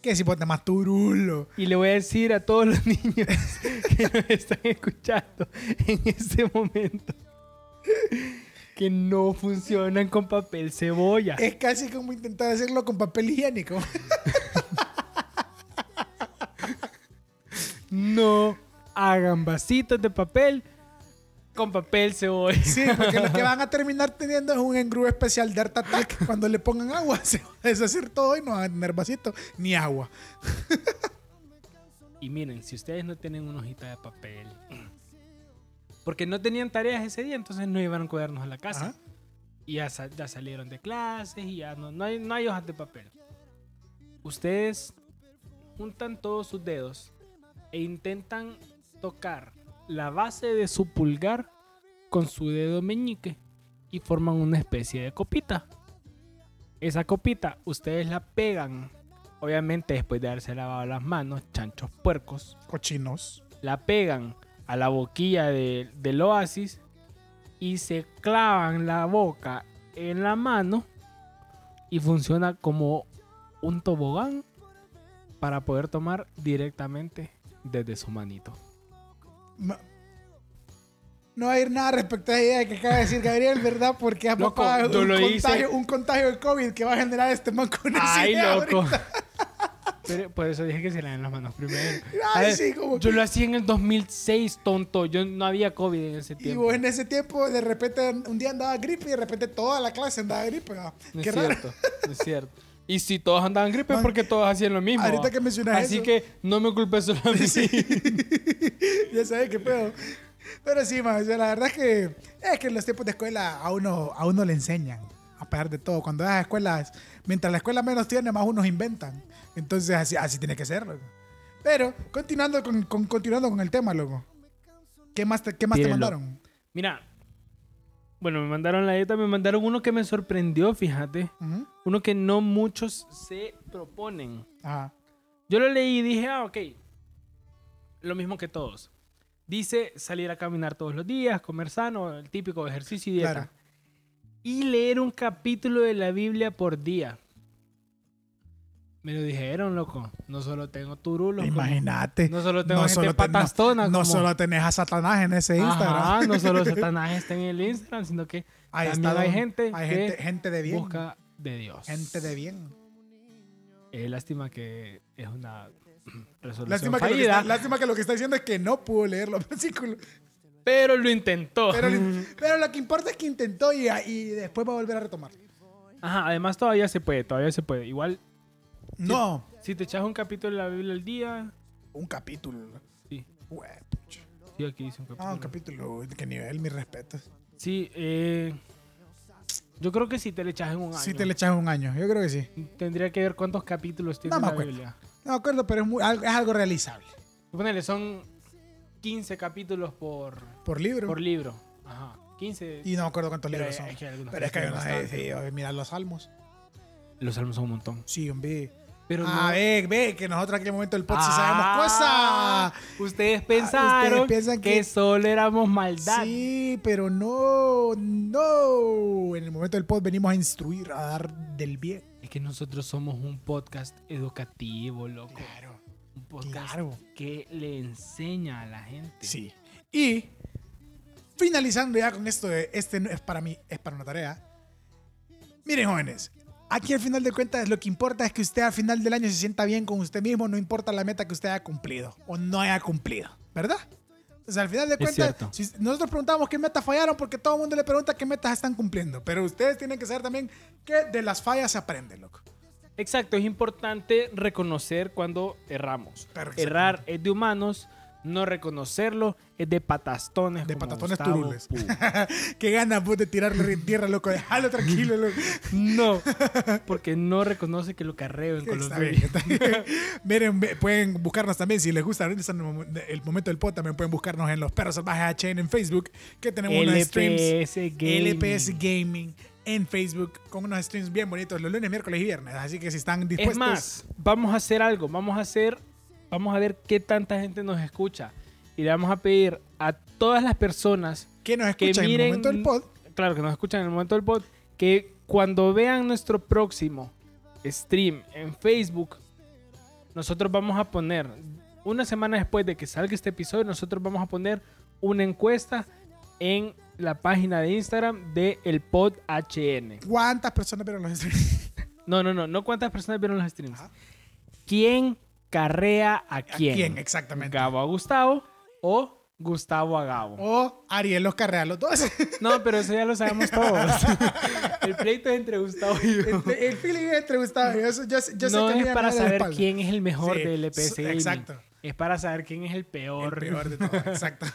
B: Que si ponte más turulo.
C: Y le voy a decir a todos los niños que nos están escuchando en este momento que no funcionan con papel cebolla.
B: Es casi como intentar hacerlo con papel higiénico.
C: No hagan vasitos de papel con papel cebolla.
B: Sí, porque lo que van a terminar teniendo es un engrube especial de Art Attack. Cuando le pongan agua, se va a deshacer todo y no van a tener vasito ni agua.
C: Y miren, si ustedes no tienen una hojita de papel, porque no tenían tareas ese día, entonces no llevaron cuadernos a la casa.
B: Ajá.
C: Y ya, sa- ya salieron de clases y ya no, no hay, no hay hojas de papel. ustedes juntan todos sus dedos e intentan tocar la base de su pulgar con su dedo meñique y forman una especie de copita. Esa copita ustedes la pegan, obviamente después de haberse lavado las manos, chanchos puercos,
B: Cochinos.
C: la pegan a la boquilla de- del oasis y se clavan la boca en la mano y funciona como un tobogán para poder tomar directamente desde su manito.
B: Ma- No va a ir nada respecto a la idea que acaba de decir Gabriel, ¿verdad? Porque a
C: Loco,
B: papá
C: yo
B: un
C: lo hice.
B: contagio, un contagio de COVID que va a generar este man con esa
C: ¡Ay,
B: idea
C: loco!
B: ahorita.
C: Pero por eso dije que se le den las manos primero. A
B: Ay,
C: ver,
B: sí, como
C: Yo lo hacía en el 2006, tonto. Yo no había COVID en ese
B: Y
C: tiempo.
B: vos en ese tiempo, de repente, un día andaba gripe y de repente toda la clase andaba gripe. ¿no?
C: No
B: Qué
C: es
B: raro.
C: cierto, no es cierto. Y si todos andaban gripe,
B: Man,
C: porque todos hacían lo mismo.
B: ahorita
C: va?
B: que mencionas
C: Así
B: eso.
C: que no me culpes solo a mí.
B: ya sabes qué pedo. Pero sí, man, o sea, la verdad es que es que en los tiempos de escuela a uno, a uno le enseñan a pagar de todo. Cuando las escuelas, mientras la escuela menos tiene, más unos inventan. Entonces así, así tiene que ser, loco. Pero continuando con, con- continuando con el tema, loco. ¿Qué más te, qué más te
C: Tírenlo.
B: mandaron?
C: Mira, bueno, me mandaron la dieta, me mandaron uno que me sorprendió, fíjate.
B: Ujú.
C: Uno que no muchos se proponen.
B: Ajá.
C: Yo lo leí y dije, ah, ok. Lo mismo que todos. Dice salir a caminar todos los días, comer sano, el típico ejercicio y dieta.
B: Claro.
C: Y leer un capítulo de la Biblia por día. Me lo dijeron, loco. No solo tengo turulos. como-
B: Imagínate.
C: No solo tengo gente
B: solo ten- no-
C: patastona,
B: no
C: como-
B: solo tenés a Satanás en ese Instagram.
C: Ajá, no solo Satanás está en el Instagram, sino que
B: Ahí
C: también
B: está,
C: hay
B: don-
C: gente
B: hay
C: que
B: gente, gente de bien.
C: busca de Dios.
B: Gente de bien.
C: Eh, lástima que es una resolución
B: Lástima que, lo que
C: fallida,
B: está, lástima que lo que está diciendo es que no pudo leer los versículos.
C: pero lo intentó.
B: Pero,
C: Mm.
B: lo- pero lo que importa es que intentó y, y después va a volver a retomar.
C: Ajá, además todavía se puede, todavía se puede. Igual,
B: No,
C: si te echas un capítulo de la Biblia al día,
B: un capítulo.
C: sí,
B: Ué, pucha.
C: sí, aquí dice un capítulo.
B: Ah, un capítulo. uy, Qué nivel, mis respetos.
C: Sí, eh, yo creo que si te le echas en un año.
B: Sí, te le echas un año. Yo creo que sí.
C: Tendría que ver cuántos capítulos tiene
B: No me
C: la
B: acuerdo.
C: Biblia.
B: No me acuerdo, pero es, muy- algo- es algo realizable.
C: Ponele, son 15 capítulos por,
B: Por libro.
C: por libro. Ajá, 15.
B: y no me acuerdo cuántos
C: Pero
B: libros son.
C: es que algunos
B: pero es que hay
C: tienen
B: unos.
C: bastante.
B: sí, oye, mira los salmos.
C: Los salmos son un montón.
B: Sí, hombre.
C: Pero
B: ah,
C: no-
B: ve, ve, que nosotros aquí en el momento del podcast
C: Ah,
B: sabemos pues, cosas.
C: Ustedes pensaron
B: ustedes piensan
C: que,
B: que-
C: solo éramos maldad.
B: Sí, pero no, no. En el momento del pod venimos a instruir, a dar del bien.
C: Es que nosotros somos un podcast educativo, loco.
B: Claro,
C: Un podcast
B: claro.
C: que le enseña a la gente.
B: Sí. Y finalizando ya con esto, de, este no es para mí, es para una tarea. Miren, jóvenes, aquí al final de cuentas lo que importa es que usted al final del año se sienta bien con usted mismo, no importa la meta que usted haya cumplido o no haya cumplido, ¿verdad? O sea, al final de cuentas,
C: cierto.
B: si nosotros preguntamos qué metas fallaron porque todo el mundo le pregunta qué metas están cumpliendo, pero ustedes tienen que saber también que de las fallas se aprende, loco.
C: Exacto, es importante reconocer cuando erramos.
B: Perfecto.
C: Errar es de humanos, no reconocerlo es de patastones.
B: De
C: como
B: patastones
C: Gustavo
B: turules.
C: Pú.
B: Qué ganas vos de tirarle tierra, loco, déjalo tranquilo, loco.
C: No, porque no reconoce que lo carreo en Colombia.
B: Está bien, está bien. Miren, ve- pueden buscarnos también si les gusta ahorita está en el mom- el momento del pod. También pueden buscarnos en los perros salvajes HN en Facebook, que tenemos unos streams.
C: LPS Gaming.
B: LPS Gaming en Facebook, con unos streams bien bonitos los lunes, miércoles y pues, viernes. Así que si están dispuestos.
C: Es más, vamos a hacer algo, vamos a hacer, vamos a ver qué tanta gente nos escucha y le vamos a pedir a todas las personas
B: que nos
C: que
B: escuchan en el
C: miren,
B: momento del pod.
C: claro, que nos escuchan en el momento del pod, que cuando vean nuestro próximo stream en Facebook, nosotros vamos a poner una semana después de que salga este episodio, nosotros vamos a poner una encuesta en la página de Instagram de el pod HN.
B: ¿Cuántas personas vieron los streams?
C: No, no, no, no cuántas personas vieron los streams.
B: Ajá.
C: ¿Quién carrea a quién?
B: ¿A quién? Exactamente.
C: ¿Gabo a Gustavo o Gustavo a Gabo?
B: O Ariel los carrea a los dos.
C: No, pero eso ya lo sabemos todos. El pleito es entre Gustavo y yo.
B: el, el feeling entre Gustavo. Yo, sé- yo sé- yo sé
C: no
B: que
C: es
B: me ganaron
C: para
B: la
C: saber
B: espalda.
C: quién es el mejor
B: Sí,
C: del E EPS.
B: so- exacto.
C: Es para saber quién es el peor.
B: El peor de todo, exacto.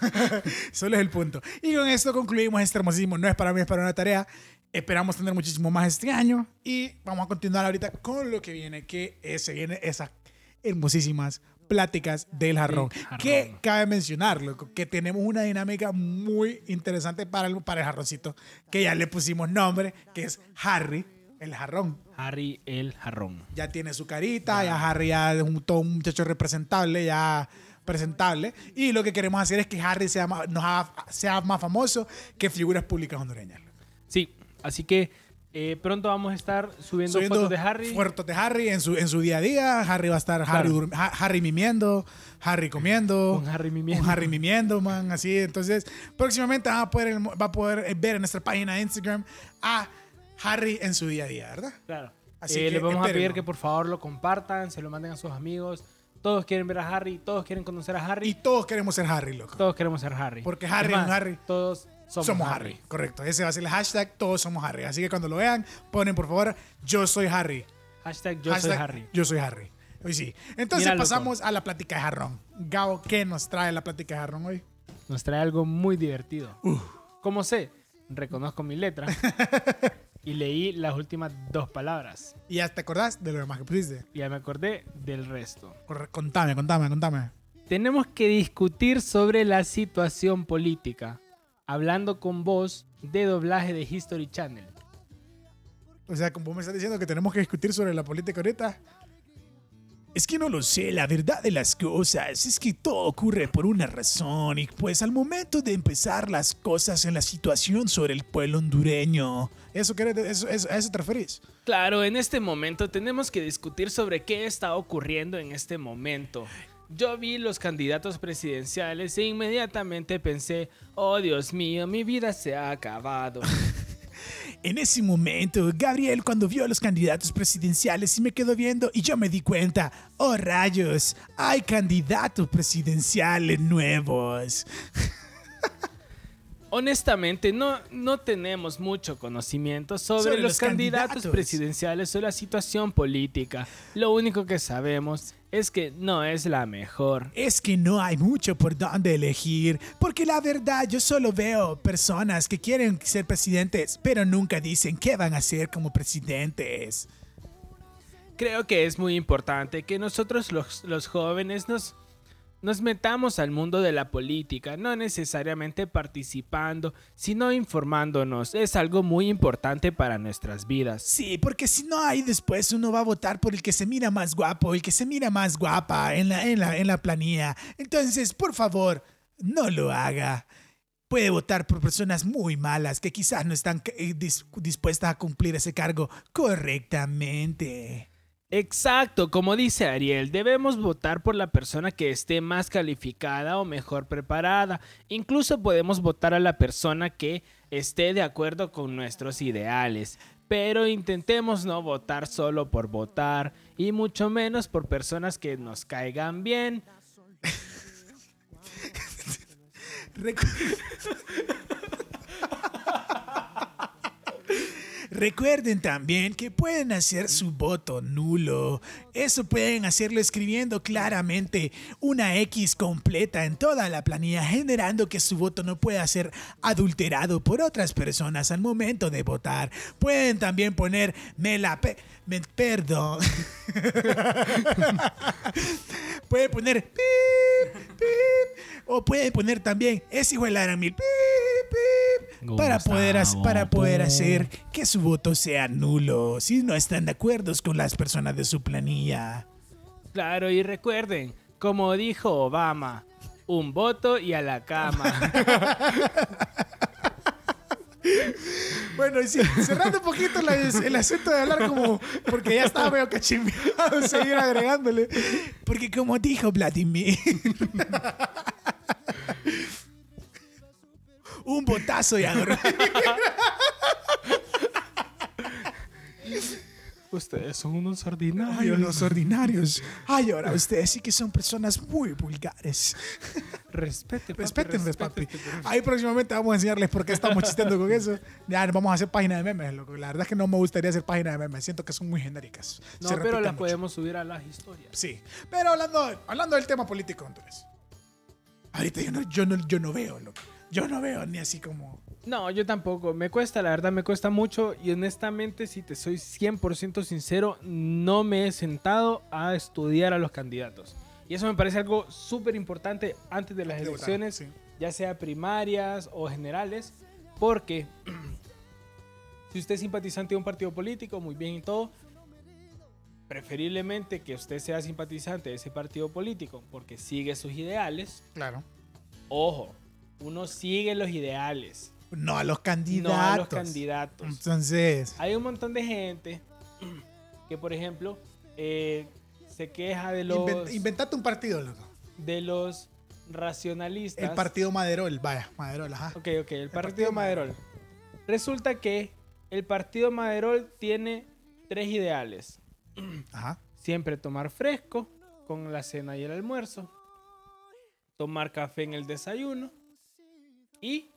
B: Solo es el punto. Y con esto concluimos este hermosísimo No es para mí, es para una tarea. Esperamos tener muchísimo más este año y vamos a continuar ahorita con lo que viene, que es- se viene esas hermosísimas pláticas del jarrón.
C: jarrón.
B: Que cabe mencionar, loco, que tenemos una dinámica muy interesante para el, para el jarroncito, que ya le pusimos nombre, que es Harry, el jarrón.
C: Harry el jarrón.
B: Ya tiene su carita, ya, Harry ya es un, todo un muchacho representable, ya presentable. Y lo que queremos hacer es que Harry sea más, nos haga- sea más famoso que figuras públicas hondureñas.
C: Sí, así que eh, pronto vamos a estar subiendo,
B: Subiendo
C: fotos de Harry.
B: Fotos de Harry en su, en su día a día. Harry va a estar Harry, durmi- Ha- Harry mimiendo, Harry comiendo.
C: Un Harry mimiendo.
B: Un Harry mimiendo, man. Así. Entonces, próximamente va a poder, el- va a poder ver en nuestra página de Instagram a Harry en su día a día, ¿verdad?
C: Claro.
B: Así
C: Eh,
B: que
C: les vamos a pedir
B: espérenlo.
C: que por favor lo compartan, se lo manden a sus amigos. Todos quieren ver a Harry, todos quieren conocer a Harry,
B: Y todos queremos ser Harry, loco.
C: todos queremos ser Harry.
B: Porque Harry
C: Es
B: es un Harry.
C: Todos somos,
B: Somos, Harry.
C: Harry.
B: correcto. Ese va a ser el hashtag, todos somos Harry. Así que cuando lo vean, ponen por favor, yo soy Harry.
C: Hashtag yo soy
B: Hashtag,
C: Harry.
B: Yo soy Harry. Hoy sí. Entonces
C: Mira, loco.
B: pasamos a la plática de jarrón. Gao, ¿qué nos trae la plática de jarrón hoy?
C: Nos trae algo muy divertido. Como sé, reconozco mi letra y leí las últimas dos palabras.
B: Y ya te acordás de lo demás que pusiste.
C: Y Ya me acordé del resto.
B: Corre- Contame, contame, contame.
C: Tenemos que discutir sobre la situación política, hablando con vos de doblaje de History Channel.
B: O sea, como vos me estás diciendo que tenemos que discutir sobre la política ahorita. Es que no lo sé, la verdad de las cosas es que todo ocurre por una razón y pues al momento de empezar las cosas en la situación sobre el pueblo hondureño. ¿Eso, querés de- eso, eso- ¿A eso te referís?
C: Claro, en este momento tenemos que discutir sobre qué está ocurriendo en este momento. Yo vi los candidatos presidenciales e inmediatamente pensé, oh Dios mío, mi vida se ha acabado.
B: En ese momento, Gabriel cuando vio a los candidatos presidenciales y me quedó viendo y yo me di cuenta, oh rayos, hay candidatos presidenciales nuevos.
C: Honestamente, no, no tenemos mucho conocimiento sobre,
B: Sobre
C: los,
B: los
C: candidatos,
B: candidatos.
C: presidenciales o la situación política. Lo único que sabemos es que no es la mejor.
B: Es que no hay mucho por dónde elegir, porque la verdad yo solo veo personas que quieren ser presidentes, pero nunca dicen qué van a hacer como presidentes.
C: Creo que es muy importante que nosotros los, los jóvenes nos, nos metamos al mundo de la política, no necesariamente participando, sino informándonos. Es algo muy importante para nuestras vidas.
B: Sí, porque si no hay después uno va a votar por el que se mira más guapo, el que se mira más guapa en la, en la, en la planilla. Entonces, por favor, no lo haga. Puede votar por personas muy malas que quizás no están eh, dis- dispuestas a cumplir ese cargo correctamente.
C: Exacto, como dice Ariel, debemos votar por la persona que esté más calificada o mejor preparada. Incluso podemos votar a la persona que esté de acuerdo con nuestros ideales. Pero intentemos no votar solo por votar y mucho menos por personas que nos caigan bien.
B: Recu- Recuerden también que pueden hacer su voto nulo. Eso pueden hacerlo escribiendo claramente una X completa en toda la planilla, generando que su voto no pueda ser adulterado por otras personas al momento de votar. Pueden también poner me la pe- me- perdón. pueden poner pip, pip, o pueden poner también ese hijo de la gran mil pip, pip, para poder hacer
C: Gustavo,
B: para poder
C: pum.
B: hacer que su voto sea nulo si no están de acuerdo con las personas de su planilla.
C: Claro, y recuerden, como dijo Obama, un voto y a la cama.
B: Bueno, y sí, cerrando un poquito la- el asunto de hablar como... Porque ya estaba medio cachimbeado seguir agregándole. Porque como dijo Vladimir... Un botazo y a dormir.
C: Ustedes son unos ordinarios.
B: Ay, los ordinarios. Ay, ahora ustedes sí que son personas muy vulgares.
C: Respete, papi,
B: Respétenles, papi.
C: respete, pero-
B: Ahí próximamente vamos a enseñarles por qué estamos chisteando con eso. Ya vamos a hacer página de memes, loco. La verdad es que no me gustaría hacer página de memes. Siento que son muy genéricas.
C: No,
B: Se
C: pero
B: repiten
C: las
B: mucho.
C: podemos subir a las historias.
B: Sí. Pero hablando, hablando del tema político, Honduras. Ahorita yo no, yo no, yo no veo, loco. Yo no veo ni así como
C: No, yo tampoco. Me cuesta, la verdad, me cuesta mucho. Y honestamente, si te soy 100% sincero, no me he sentado a estudiar a los candidatos. Y eso me parece algo súper importante antes de las
B: De votar,
C: elecciones,
B: sí.
C: ya sea primarias o generales, porque si usted es simpatizante de un partido político, muy bien y todo, preferiblemente que usted sea simpatizante de ese partido político, porque sigue sus ideales.
B: Claro.
C: Ojo, uno sigue los ideales.
B: No a los
C: No
B: candidatos.
C: a los candidatos.
B: Entonces,
C: Hay un montón de gente que, por ejemplo, eh, se queja de los,
B: inven- inventate un partido, loco.
C: de los racionalistas.
B: El partido Maderol, vaya, Maderol, ajá.
C: Ok, ok, el, partido,
B: partido
C: Maderol. Resulta que el partido Maderol tiene tres ideales.
B: Ajá.
C: Siempre tomar fresco con la cena y el almuerzo. Tomar café en el desayuno. Y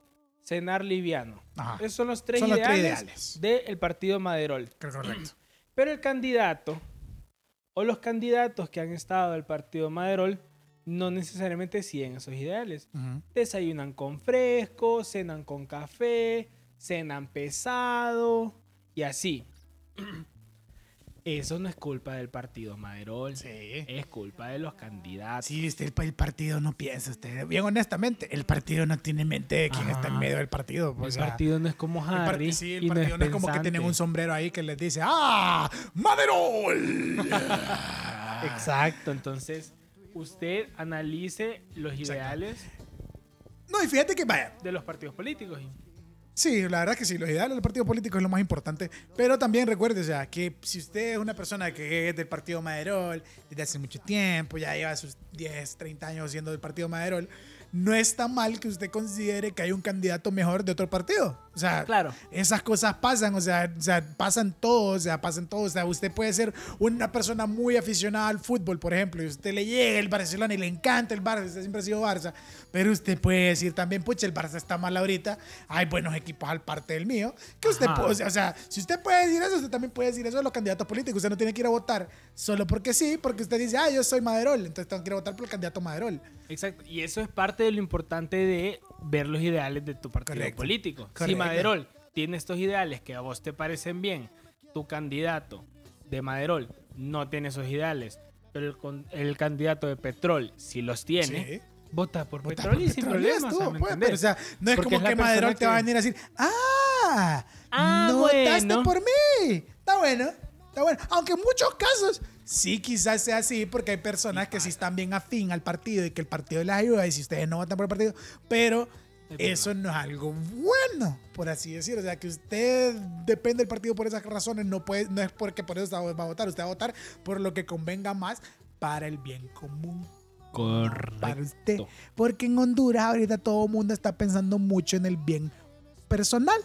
C: cenar liviano.
B: Ajá.
C: Esos son los tres
B: Son los tres
C: ideales,
B: ideales.
C: del partido Maderol.
B: Creo correcto.
C: Pero el candidato o los candidatos que han estado del partido Maderol no necesariamente siguen esos ideales.
B: Ujú.
C: Desayunan con fresco, cenan con café, cenan pesado y así. Eso no es culpa del partido Maderol.
B: Sí.
C: Es culpa de los candidatos.
B: Sí, usted, el, pa- el partido no piensa. Usted, bien honestamente, el partido no tiene en mente de quién está en
C: Ajá.
B: medio del partido. pues,
C: el
B: o sea,
C: partido no es como
B: el par-
C: Harry.
B: sí, el
C: y
B: partido no es, como que
C: pensante.
B: tienen un sombrero ahí que les dice ¡Ah! ¡Maderol!
C: Ah. Exacto. Entonces, usted analice los ideales
B: no, y fíjate que, vaya,
C: de los partidos políticos.
B: Sí, la verdad que sí, los ideales del partido político es lo más importante. Pero también recuerde, o sea, que si usted es una persona que es del partido Maderol desde hace mucho tiempo, ya lleva sus 10, 30 años siendo del partido Maderol, no está mal que usted considere que hay un candidato mejor de otro partido. O sea,
C: Claro.
B: esas cosas pasan, o sea, o sea, pasan todos, o sea, pasan todos. O sea, usted puede ser una persona muy aficionada al fútbol, por ejemplo, y usted le llega el Barcelona y le encanta el Barça, usted siempre ha sido Barça, pero usted puede decir también, pucha, el Barça está mal ahorita, hay buenos equipos al parte del mío, que usted
C: Ajá.
B: puede, o sea, o sea, si usted puede decir eso, usted también puede decir eso de los candidatos políticos, usted no tiene que ir a votar solo porque sí, porque usted dice, ah, yo soy Maderol, entonces tengo que ir a votar por el candidato Maderol.
C: Exacto. Y eso es parte de lo importante de ver los ideales de tu partido
B: Correcto.
C: político. Si
B: Correcto.
C: Maderol tiene estos ideales que a vos te parecen bien, tu candidato de Maderol no tiene esos ideales, pero el, con- el candidato de Petrol sí los tiene,
B: Sí.
C: vota por
B: Vota
C: Petrol
B: por
C: y sin
B: Petrol,
C: problema.
B: estuvo,
C: o sea, ¿me
B: pues,
C: entendés?
B: pero, o sea, no es
C: Porque
B: como
C: es la
B: que Maderol
C: persona
B: te va a
C: que-
B: venir a decir, ¡ah!
C: Ah,
B: no votaste
C: bueno.
B: por mí. Está bueno, está bueno. Aunque en muchos casos sí quizás sea así, porque hay personas que sí están bien afín al partido y que el partido les ayuda y si ustedes no votan por el partido, pero eso no es algo bueno, por así decir. O sea, que usted depende del partido por esas razones, no, puede, no es porque por eso va a votar, usted va a votar por lo que convenga más para el bien común para usted.
C: Correcto.
B: Porque en Honduras ahorita todo el mundo está pensando mucho en el bien personal.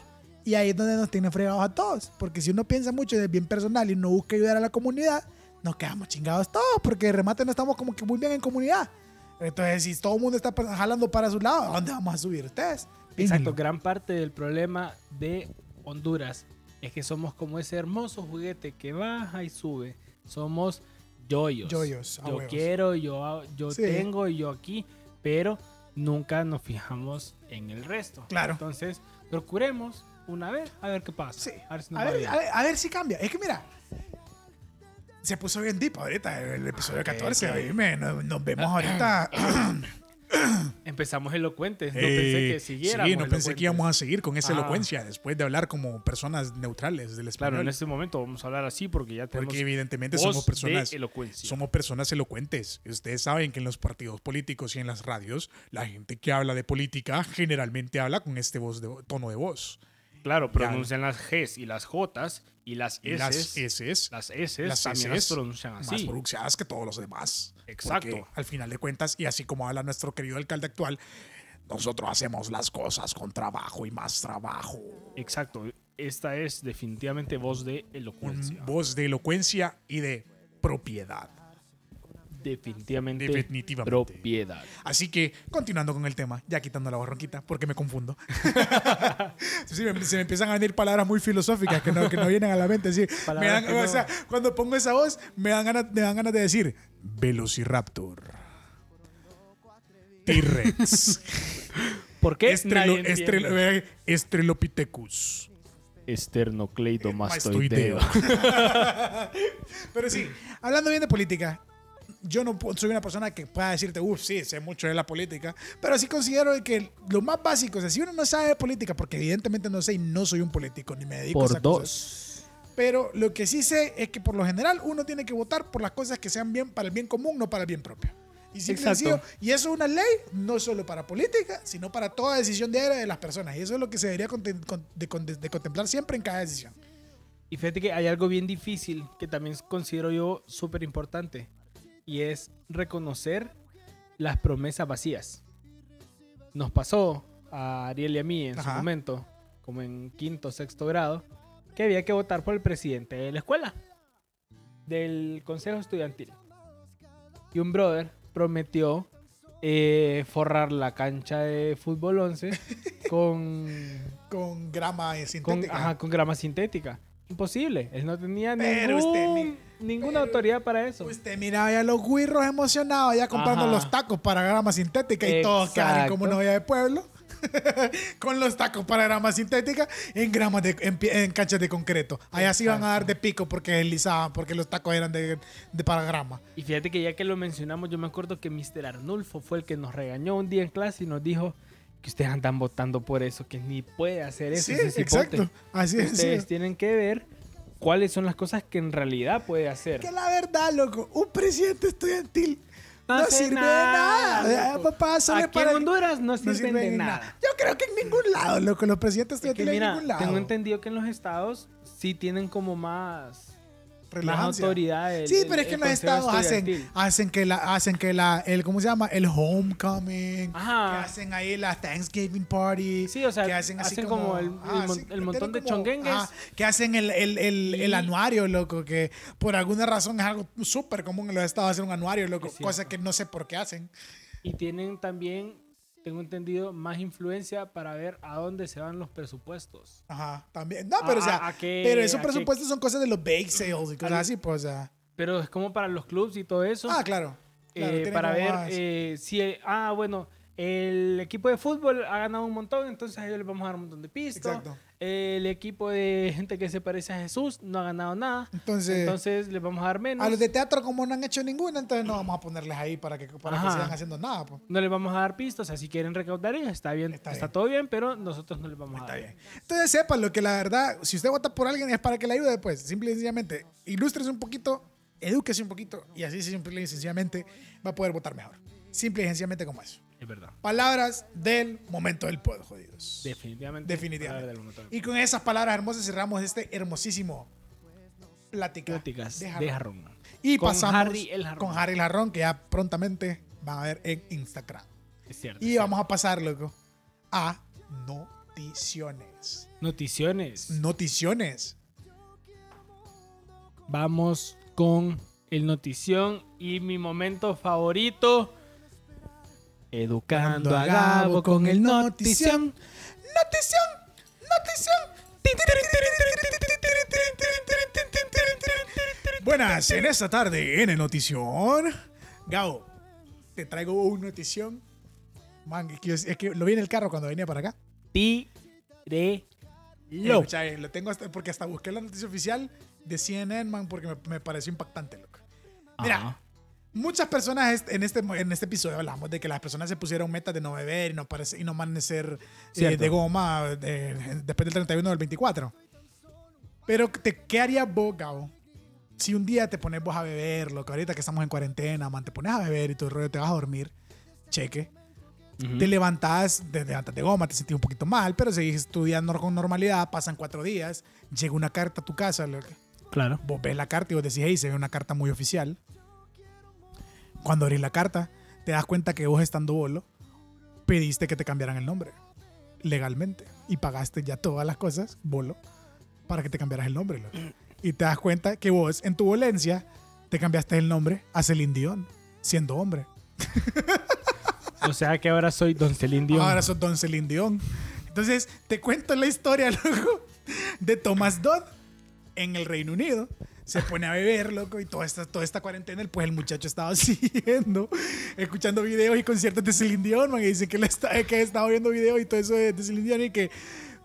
B: Y ahí es donde nos tiene fregados a todos. Porque si uno piensa mucho en el bien personal y no busca ayudar a la comunidad, nos quedamos chingados todos. Porque de remate no estamos como que muy bien en comunidad. Entonces, si todo el mundo está pa- jalando para su lado, ¿a dónde vamos a subir ustedes?
C: Exacto,
B: Piénsenlo.
C: gran parte del problema de Honduras es que somos como ese hermoso juguete que baja y sube. Somos yoyos.
B: Yoyos, a
C: Yo
B: huevos.
C: quiero, yo, yo
B: Sí.
C: tengo, yo aquí, pero nunca nos fijamos en el resto.
B: Claro.
C: Entonces, procuremos una vez a ver qué pasa.
B: Sí.
C: A ver si nos
B: A
C: va
B: ver,
C: bien.
B: a ver- a ver si cambia. Es que mira, se puso bien deep ahorita el
C: Ah,
B: episodio 14. oíme, nos, nos vemos ahorita.
C: Empezamos elocuentes. No
B: Eh,
C: pensé que siguiéramos.
B: Sí, no pensé que
C: elocuentes.
B: íbamos a seguir con esa
C: Ah.
B: elocuencia después de hablar como personas neutrales del español.
C: Claro, en este momento vamos a hablar así porque ya tenemos.
B: porque evidentemente
C: voz
B: somos personas,
C: De elocuencia.
B: somos personas elocuentes. Ustedes saben que en los partidos políticos y en las radios, la gente que habla de política generalmente habla con este voz de, tono de voz.
D: Claro, pronuncian las Gs y las Js y las
B: Y Las
D: S.
B: S
D: Las S
B: las
D: también las
B: Ss,
D: pronuncian
B: más
D: así.
B: pronunciadas que todos los demás.
D: Exacto.
B: Porque, al final de cuentas, y así como habla nuestro querido alcalde actual, nosotros hacemos las cosas con trabajo y más trabajo.
D: Exacto. Esta es definitivamente voz de elocuencia.
B: un voz de elocuencia y de propiedad.
D: Definitivamente.
B: Definitivamente.
D: Propiedad.
B: Así que, continuando con el tema, ya quitando la borronquita, porque me confundo. Sí, me- se me empiezan a venir palabras muy filosóficas que no, que no vienen a la mente. sí. Me
C: Palabras
B: dan-
C: que
B: o sea, cuando pongo esa voz, me dan ganas, me dan ganas de decir Velociraptor. T-Rex.
C: ¿Por qué?
B: Estrelo-
C: Nadie
B: estrelo-
C: entiende.
B: eh, Estrelopithecus.
D: Esternocleidomastoideo.
B: Pero sí, hablando bien de política, yo no pu- soy una persona que pueda decirte, uff, sí, sé mucho de la política, pero sí considero de que lo más básico, o sea, si uno no sabe de política, porque evidentemente no sé y no soy un político, ni me dedico a
C: Por
B: esas cosas,
C: dos.
B: pero lo que sí sé es que por lo general uno tiene que votar por las cosas que sean bien para el bien común, no para el bien propio. Y, simple y
C: Exacto.
B: sencillo, y eso es una ley no solo para política, sino para toda decisión diaria de las personas. Y eso es lo que se debería conten- con- de con- de contemplar siempre en cada decisión.
C: Y fíjate que hay algo bien difícil que también considero yo súper importante. Y es reconocer las promesas vacías. Nos pasó a Ariel y a mí en
B: Ajá.
C: su momento, como en quinto sexto grado, que había que votar por el presidente de la escuela, del consejo estudiantil. Y un brother prometió eh, forrar la cancha de fútbol 11 con
B: Con grama eh,
C: con,
B: sintética.
C: ajá, con grama sintética. Imposible. Él no tenía
B: Pero
C: ningún-
B: usted mi- pero-
C: ninguna
B: pues
C: autoridad para eso.
B: Usted miraba ya los guirros emocionados, ya comprando
C: Ajá.
B: los tacos para grama sintética y todos
C: Exacto.
B: quedaron como novia de pueblo. con los tacos para grama sintética en gramas de, en, pie- en canchas de concreto. Allá sí iban a dar de pico porque deslizaban, porque los tacos eran de, de para grama.
C: Y fíjate que ya que lo mencionamos, yo me acuerdo que Mr. Arnulfo fue el que nos regañó un día en clase y nos dijo que ustedes andan votando por eso, que ni puede hacer eso.
B: Sí,
C: ese cipote. este
B: exacto. Así es.
C: Ustedes
B: sí.
C: tienen que ver cuáles son las cosas que en realidad puede hacer.
B: Que la verdad, loco, un presidente estudiantil no,
C: hace
B: sirve de nada.
C: loco.
B: O sea, papá, solo es
C: Aquí
B: para
C: en Honduras no
B: no
C: sirven
B: sirve
C: de
B: de
C: nada.
B: nada. Yo creo que en ningún lado, loco, los presidentes
C: Es que
B: estudiantiles en
C: mira,
B: ningún lado.
C: tengo entendido que en los estados sí tienen como más las
B: Relevancia.
C: autoridades.
B: Sí, pero es que en los estados hacen, hacen que la, hacen que la, el, ¿cómo se llama? El homecoming.
C: Ajá.
B: Que hacen ahí las Thanksgiving party.
C: Ah. Sí, o sea,
B: que hacen, así ah,
C: hacen como el- el mon- el
B: tienen
C: montón de
B: como-
C: chonguengues.
B: ajá, que hacen el, el, el, el
C: Y-
B: anuario, loco, que por alguna razón es algo súper común en los estados hacer un anuario, loco,
C: Es cierto.
B: cosa que no sé por qué hacen.
C: Y tienen también, tengo entendido, más influencia para ver a dónde se van los presupuestos.
B: Ajá, también. No, pero o
C: A-
B: sea,
C: Ah, a- a qué-
B: pero esos
C: a qué-
B: presupuestos son cosas de los bake sales y cosas
C: Al-
B: así, pues, o sea.
C: Pero es como para los clubs y todo eso.
B: Ah, claro. claro,
C: eh,
B: tienen
C: para
B: como
C: ver
B: más-
C: eh, si, eh, ah, bueno, el equipo de fútbol ha ganado un montón, entonces a ellos les vamos a dar un montón de pistas.
B: Exacto.
C: El equipo de gente que se parece a Jesús no ha ganado nada.
B: Entonces,
C: Entonces les vamos a dar menos.
B: a Ah, los de teatro, como no han hecho ninguna, entonces no vamos a ponerles ahí para que, para que
C: Ajá.
B: sigan haciendo nada, pues.
C: No les vamos a dar pistas, o sea, si quieren recaudar ellos, está bien,
B: Está
C: está,
B: bien.
C: todo bien, pero nosotros no les vamos a
B: Está
C: dar.
B: bien. Entonces sepan lo que la verdad, si usted vota por alguien es para que le ayude, pues simple y sencillamente, ilústrese un poquito, edúquese un poquito y así simple y sencillamente va a poder votar mejor. Simple y sencillamente como eso.
C: Es verdad.
B: Palabras del momento del pod, jodidos.
C: Definitivamente.
B: Definitivamente.
C: Hablar del momento.
B: Y con esas palabras hermosas cerramos este hermosísimo plática.
C: Pláticas
B: de
C: de
B: jarrón.
C: jarrón.
B: Y
C: con
B: pasamos
C: Harry el Jarrón.
B: con Harry el Jarrón, que ya prontamente van a ver en Instagram.
C: Es cierto.
B: Y
C: es
B: vamos a pasar, loco, a noticiones.
C: cierto. Noticiones.
B: Noticiones.
C: Vamos con el notición y mi momento favorito. Educando a Gabo con el notición.
B: Notición. Notición. Buenas, en esta tarde en el Notición. Gabo, te traigo un notición. Man, es que, yo- es que lo vi en el carro cuando venía para acá.
C: Tirelo.
B: Escucha, eh, lo tengo hasta, porque hasta busqué la noticia oficial de CNN, man, porque me, me pareció impactante, loco. Mira,
C: Ajá.
B: muchas personas est- en este, en este episodio hablamos de que las personas se pusieron metas de no beber y no, parece, y no amanecer eh,
C: Cierto.
B: de goma eh, después del 31 o del 24. Pero, te, ¿qué harías vos, Gabo? Si un día te pones vos a beber, loco, ahorita que estamos en cuarentena, man, te pones a beber y tu rollo te vas a dormir, cheque
C: Ujú.
B: te levantás, te levantas de goma, te sentís un poquito mal, pero seguís estudiando con normalidad, pasan cuatro días, llega una carta a tu casa, loco.
C: Claro.
B: vos ves la carta y vos decís, hey, se ve una carta muy oficial. Cuando abrís la carta, te das cuenta que vos estando bolo, pediste que te cambiaran el nombre, legalmente, y pagaste ya todas las cosas, bolo, para que te cambiaras el nombre, loco. Y te das cuenta que vos, en tu volencia, te cambiaste el nombre a Celine Dion, siendo hombre.
C: O sea que ahora soy Don Celine Dion.
B: Ahora sos Don Celine Dion. Entonces, te cuento la historia, loco, de Thomas Dodd en el Reino Unido, se pone a beber, loco, y toda esta, toda esta cuarentena, el- pues el muchacho estaba siguiendo, escuchando videos y conciertos de Celine Dion, man, y dice que, le está, que estaba viendo videos y todo eso de, de Celine Dion, y que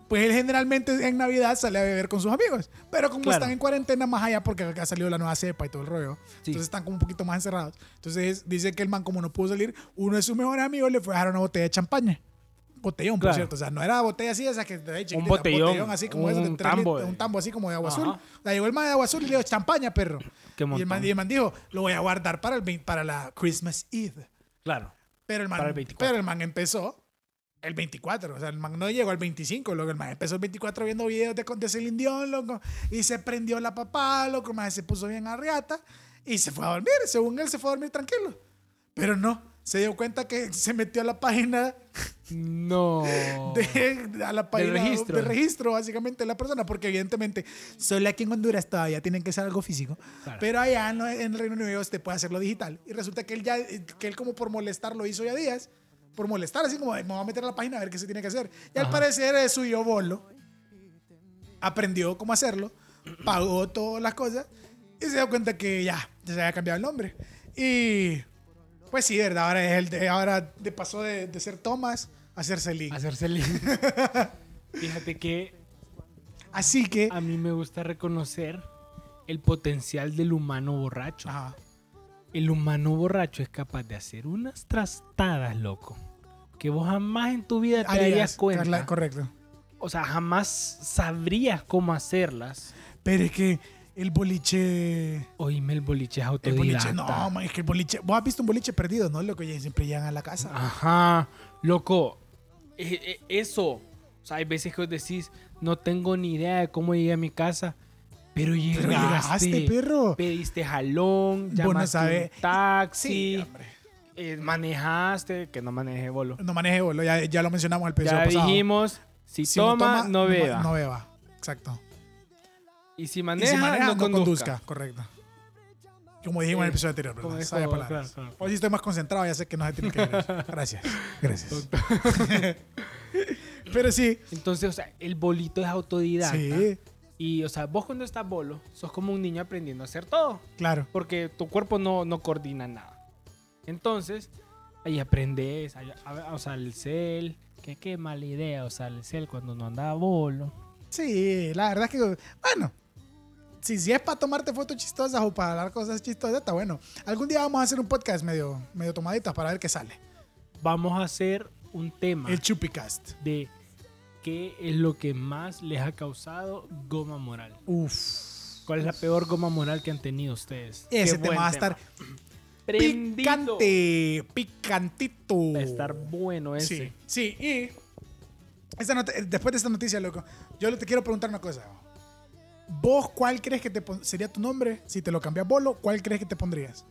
B: pues él generalmente en Navidad sale a beber con sus amigos, pero como
C: Claro.
B: están en cuarentena más allá porque ha salido la nueva cepa y todo el rollo,
C: Sí.
B: entonces están como un poquito más encerrados. Entonces dice que el man como no pudo salir, uno de sus mejores amigos le fue a dejar una botella de champaña. Botellón, por
C: Claro.
B: cierto. O sea, no era botella así, esa que de ahí chiquitita,
C: botellón,
B: así como
C: un
B: ese de tres
C: tambo,
B: litros,
C: eh.
B: un tambo así como de agua
C: Ajá.
B: azul. O sea, llegó el man de agua azul y le dijo, champaña, perro. y,
C: Qué
B: el man,
C: montón.
B: y el man dijo, lo voy a guardar para, el, vein- para la Christmas Eve.
C: Claro.
B: Pero el, man,
C: Para el 24.
B: pero el man empezó el 24. O sea, el man no llegó al 25, loco. El man empezó el 24 viendo videos de, de Celine Dion, loco. Y se prendió la papá, loco. El man se puso bien arriata y se fue a dormir. Según él, se fue a dormir tranquilo. Pero no. Se dio cuenta que se metió a la página
C: No.
B: de, a la página
C: registro.
B: de registro, básicamente, de la persona, porque evidentemente solo aquí en Honduras todavía tienen que ser algo físico,
C: Claro.
B: pero allá en, lo- en el Reino Unido te puede hacerlo digital. Y resulta que él ya, eh, que él como por molestar lo hizo ya días, por molestar, así como "Ay, me voy a meter a la página a ver qué se tiene que hacer. Y al
C: Ajá.
B: parecer eh, subió bolo, aprendió cómo hacerlo, pagó todas las cosas y se dio cuenta que ya, ya se había cambiado el nombre. Y pues sí, ¿verdad? Ahora, es el de, ahora de pasó de, de ser Thomas a ser Celine.
C: Hacerse el- Fíjate que
B: Así que.
C: a mí me gusta reconocer el potencial del humano borracho.
B: Ajá.
C: El humano borracho es capaz de hacer unas trastadas, loco. Que vos jamás en tu vida te darías
B: Harías,
C: cuenta.
B: Carla, correcto.
C: O sea, jamás sabrías cómo hacerlas.
B: Pero es que el boliche.
C: Oíme, el boliche es
B: El
C: autodidacta.
B: boliche, no, man, es que el boliche. Vos has visto un boliche perdido, ¿no? Lo que siempre llegan a la casa.
C: Ah, Ajá, loco. e- e- eso. O sea, hay veces que os decís, no tengo ni idea de cómo llegué a mi casa, pero llegaste.
B: Pero llegaste, perro.
C: Pediste jalón,
B: Vos
C: llamaste
B: no sabés.
C: un taxi,
B: Sí, hombre.
C: eh, manejaste, que no manejé bolo.
B: No maneje bolo, ya, ya lo mencionamos al episodio
C: Ya
B: pasado.
C: dijimos, si,
B: Si uno
C: toma,
B: ma-
C: no beba.
B: No beba, exacto.
C: Y si maneja,
B: y si maneja,
C: no, conduzca.
B: correcto. Como dijimos en el
C: Sí,
B: episodio anterior, ¿verdad?
C: como dijo-
B: Sabia palabras.
C: claro, claro.
B: Hoy sí estoy más concentrado, ya sé que no se tiene que ver. eso. Gracias, gracias. Pero sí,
C: Entonces, o sea, el bolito es autodidacta.
B: sí,
C: Y, o sea, vos cuando estás bolo, sos como un niño aprendiendo a hacer todo.
B: claro.
C: porque tu cuerpo no, no coordina nada. Entonces, ahí aprendes a, a- a usar el cel. Que qué mala idea usar el cel cuando no andaba bolo.
B: Sí, la verdad es que, bueno, si, si es para tomarte fotos chistosas o para hablar cosas chistosas, está bueno. Algún día vamos a hacer un podcast medio, medio tomaditas para ver qué sale.
C: Vamos a hacer un tema
B: El Chupicast.
C: de qué es lo que más les ha causado goma moral.
B: Uf.
C: ¿Cuál es la peor goma moral que han tenido ustedes?
B: Ese
C: Qué buen
B: tema va a estar
C: Prendido.
B: picante, picantito.
C: Va a estar bueno ese.
B: Sí, sí, y esta not- después de esta noticia, loco, yo te quiero preguntar una cosa. ¿Vos cuál crees que te pon- sería tu nombre? Si te lo cambias Bolo, ¿cuál crees que te pondrías?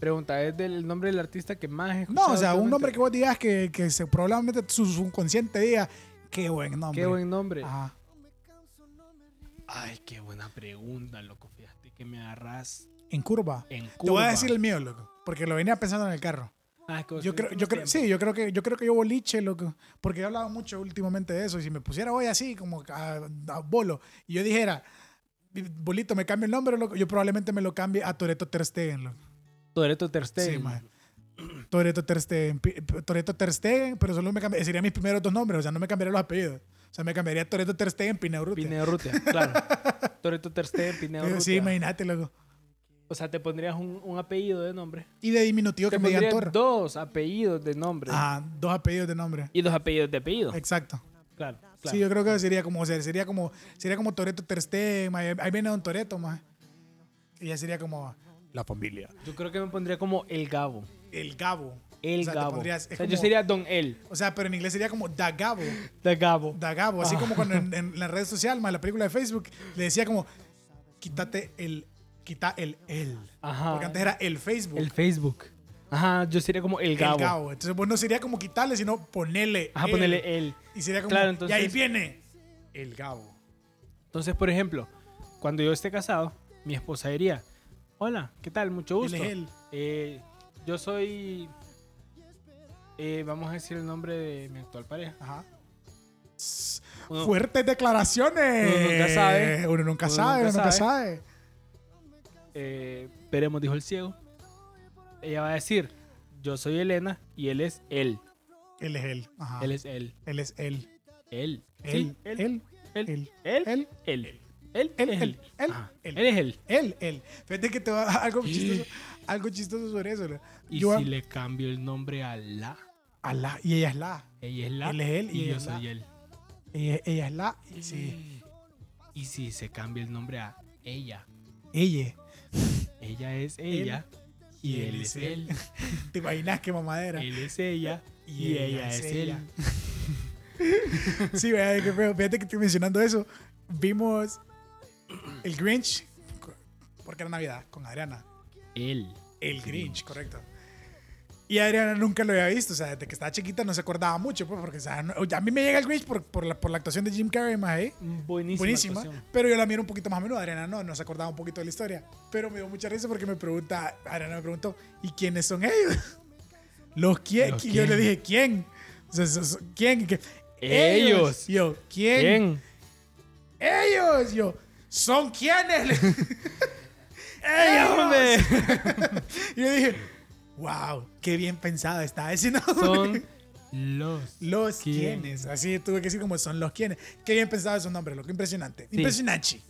C: Pregunta, ¿es del nombre del artista que más
B: No, o
C: he
B: sea,
C: escuchado
B: un
C: últimamente?
B: nombre que vos digas que, que se, probablemente su subconsciente diga, qué buen nombre.
C: Qué buen nombre.
B: Ajá.
C: Ay, qué buena pregunta, loco. Fíjate que me agarras
B: En curva.
C: en curva.
B: Te voy a decir el mío, loco. Porque lo venía pensando en el carro.
C: Ah, que vos
B: Yo
C: tenés
B: creo, yo creo,
C: tiempo.
B: sí, yo creo que yo creo que yo boliche, loco. Porque he hablado mucho últimamente de eso. Y si me pusiera hoy así, como a, a bolo, y yo dijera, bolito, me cambio el nombre, loco, yo probablemente me lo cambie a Toreto Ter Stegen, loco.
C: Toretto Ter Stegen.
B: Sí, man. Este, Toreto Ter Stegen, pi- Toretto Ter Stegen, pero solo me cambiaría, serían mis primeros dos nombres, o sea, no me cambiaría los apellidos. O sea, me cambiaría Toreto Ter Stegen, Pineurrutia.
C: Pineo Rutia, claro. Toretto Ter Stegen, Pineo
B: Pero
C: Rutia.
B: Sí, imagínate, loco.
C: O sea, te pondrías un, un apellido de nombre.
B: Y de diminutivo
C: Te
B: que me digan
C: pondrías
B: Torre. Ah.
C: dos apellidos de nombre.
B: Ajá, dos apellidos de nombre.
C: Y dos apellidos de apellido.
B: Exacto.
C: Claro, claro.
B: Sí, yo creo que sería como, o sea, sería como, sería como Toreto Terste, ahí viene Don Toreto, más. Y ya sería como la familia.
C: Yo creo que me pondría como El Gabo.
B: El Gabo.
C: El
B: o sea, te
C: Gabo.
B: pondrías- es
C: o sea, yo
B: como-
C: sería Don El.
B: O sea, pero en inglés sería como Da Gabo.
C: The Gabo.
B: Da Gabo. Así como cuando
C: Ah.
B: en, en la red social, más la película de Facebook, le decía como, quítate el, quita el el.
C: Ajá.
B: Porque antes era el Facebook.
C: El Facebook. Ajá, yo sería como El
B: El
C: Gabo.
B: Gabo. Entonces, pues no sería como quitarle, sino ponerle.
C: Ajá,
B: el.
C: ponerle El.
B: Y sería como.
C: Claro,
B: Y ahí
C: entonces-
B: viene el Gabo.
C: Entonces, por ejemplo, cuando yo esté casado, mi esposa diría, hola, ¿qué tal? Mucho gusto.
B: Él es él.
C: Eh, yo soy, eh, vamos a decir el nombre de mi actual pareja.
B: Ajá.
C: Uno-
B: Fuertes declaraciones.
C: Uno nunca sabe.
B: Uno nunca
C: Uno
B: sabe, uno
C: nunca
B: nunca sabe.
C: eh, veremos, dijo el ciego. Ella va a decir, yo soy Elena y él es él.
B: Él es él. Ajá.
C: Él es él.
B: Él es él.
C: Él.
B: Ah. Él.
C: Sí,
B: Él.
C: él.
B: Él.
C: Él.
B: Él.
C: Él.
B: Él.
C: Él. Él.
B: Él.
C: es
B: Él. Él.
C: Ajá.
B: Él.
C: Él es él.
B: Él, él. Fíjate que te va a dar algo chistoso, algo chistoso sobre eso. ¿no?
C: Y
B: Yo-
C: si le cambio el nombre a la,
B: Alá, y ella es la.
C: ella es la.
B: Él es él y
C: y
B: ella
C: yo
B: es la.
C: soy él.
B: Ella, ella es la. y- Sí.
C: Y si se cambia el nombre a ella,
B: Ella.
C: ella es ella y él es él.
B: ¿Te imaginas qué mamadera?
C: Él es ella y ella es él.
B: Sí, vea, qué feo. Fíjate que estoy mencionando eso. Vimos el Grinch, porque era Navidad, con Adriana.
C: Él.
B: El Grinch, correcto. Y Adriana nunca lo había visto, o sea, desde que estaba chiquita no se acordaba mucho, pues, porque o sea, no- a mí me llega el Grinch por, por, la, por la actuación de Jim Carrey más ahí.
C: Buenísima.
B: Buenísima,
C: actuación.
B: pero yo la miro un poquito más a menudo. Adriana no, no se acordaba un poquito de la historia. Pero me dio mucha risa porque me pregunta, Adriana me preguntó, ¿y quiénes son ellos? Los quién.
C: ¿Los
B: y yo le
C: quién?
B: dije, ¿quién? O sea, so- so- ¿Quién? Y que,
C: Ellos.
B: Y yo, ¿quién?
C: ¿Quién?
B: Ellos. Y yo, ¿son quiénes?
C: hombre!
B: ellos. y yo dije, wow, qué bien pensada está ese nombre.
C: Son los.
B: Los
C: ¿Quién?
B: quienes. Así tuve que decir como son los quienes. Qué bien pensado su nombre, loco. Impresionante. Impresionante.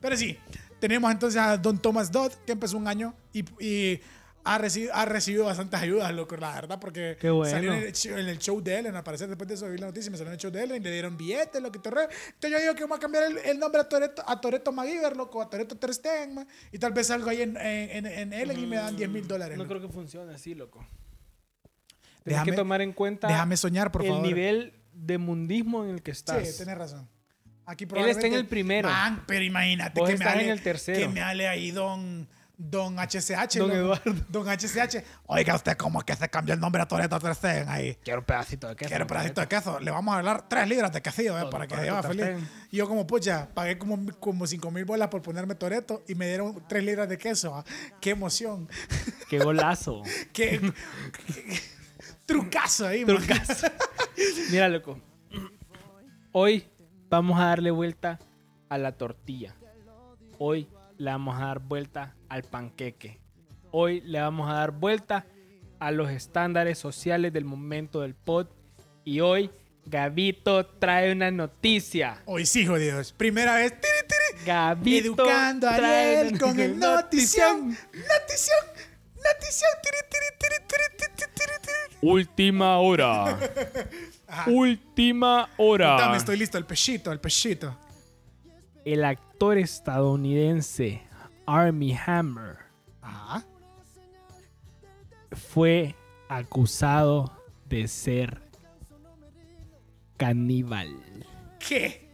B: Pero sí, tenemos entonces a Don Thomas Dodd, que empezó un año y, y ha, recibido, ha recibido bastantes ayudas, loco, la verdad, porque
C: Qué bueno.
B: salió en el, show- en el show de Ellen, al parecer después de eso vi la noticia, me salió en el show de Ellen y le dieron billetes, lo que torre. Entonces yo digo que vamos a cambiar el, el nombre a Toreto, a Toreto MacGyver, loco, a Toreto Ter Stegen, man, y tal vez salgo ahí en, en, en- en Ellen y me dan 10 mil dólares.
C: No
B: loco.
C: creo que funcione así, loco. Tienes
B: Déjame-
C: que tomar en cuenta
B: Déjame soñar, por
C: el
B: favor.
C: nivel de mundismo en el que estás.
B: Sí, tenés razón. Aquí
C: Él está en el
B: probablemente-
C: primero.
B: Man, pero imagínate
C: Vos
B: que me
C: estás
B: hable,
C: en el tercero.
B: Que me hable ahí don, don HCH.
C: Don
B: loco.
C: Eduardo.
B: Don HCH. Oiga, usted cómo que se cambió el nombre a Toreto 3 ahí.
C: Quiero un pedacito de queso.
B: Quiero un
C: hombre.
B: pedacito de queso. Le vamos a hablar tres libras de quesillo, eh,
C: Don
B: para que se
C: Toretto
B: vaya feliz.
C: Tartén.
B: Y yo como, pucha, pagué como, como 5 mil bolas por ponerme Toreto y me dieron tres libras de queso. ah. Qué emoción.
C: Qué golazo.
B: Qué, qué- trucazo ahí, man.
C: Mira, loco. Hoy vamos a darle vuelta a la tortilla. Hoy le vamos a dar vuelta al panqueque. Hoy le vamos a dar vuelta a los estándares sociales del momento del pod. Y hoy Gabito trae una noticia.
B: Hoy sí, jodidos. Primera vez. tiri, tiri,
C: Gabito
B: Educando a
C: trae
B: Ariel
C: una
B: con el notición. Notición. Notición. Tiri, tiri, tiri, tiri, tiri, tiri, tiri.
D: Última hora.
B: Ajá.
D: Última
C: Ah.
D: hora.
B: Dame, estoy listo. El pechito, el pechito.
C: El actor estadounidense Army Hammer
B: Ajá.
C: fue acusado de ser caníbal.
B: ¿Qué?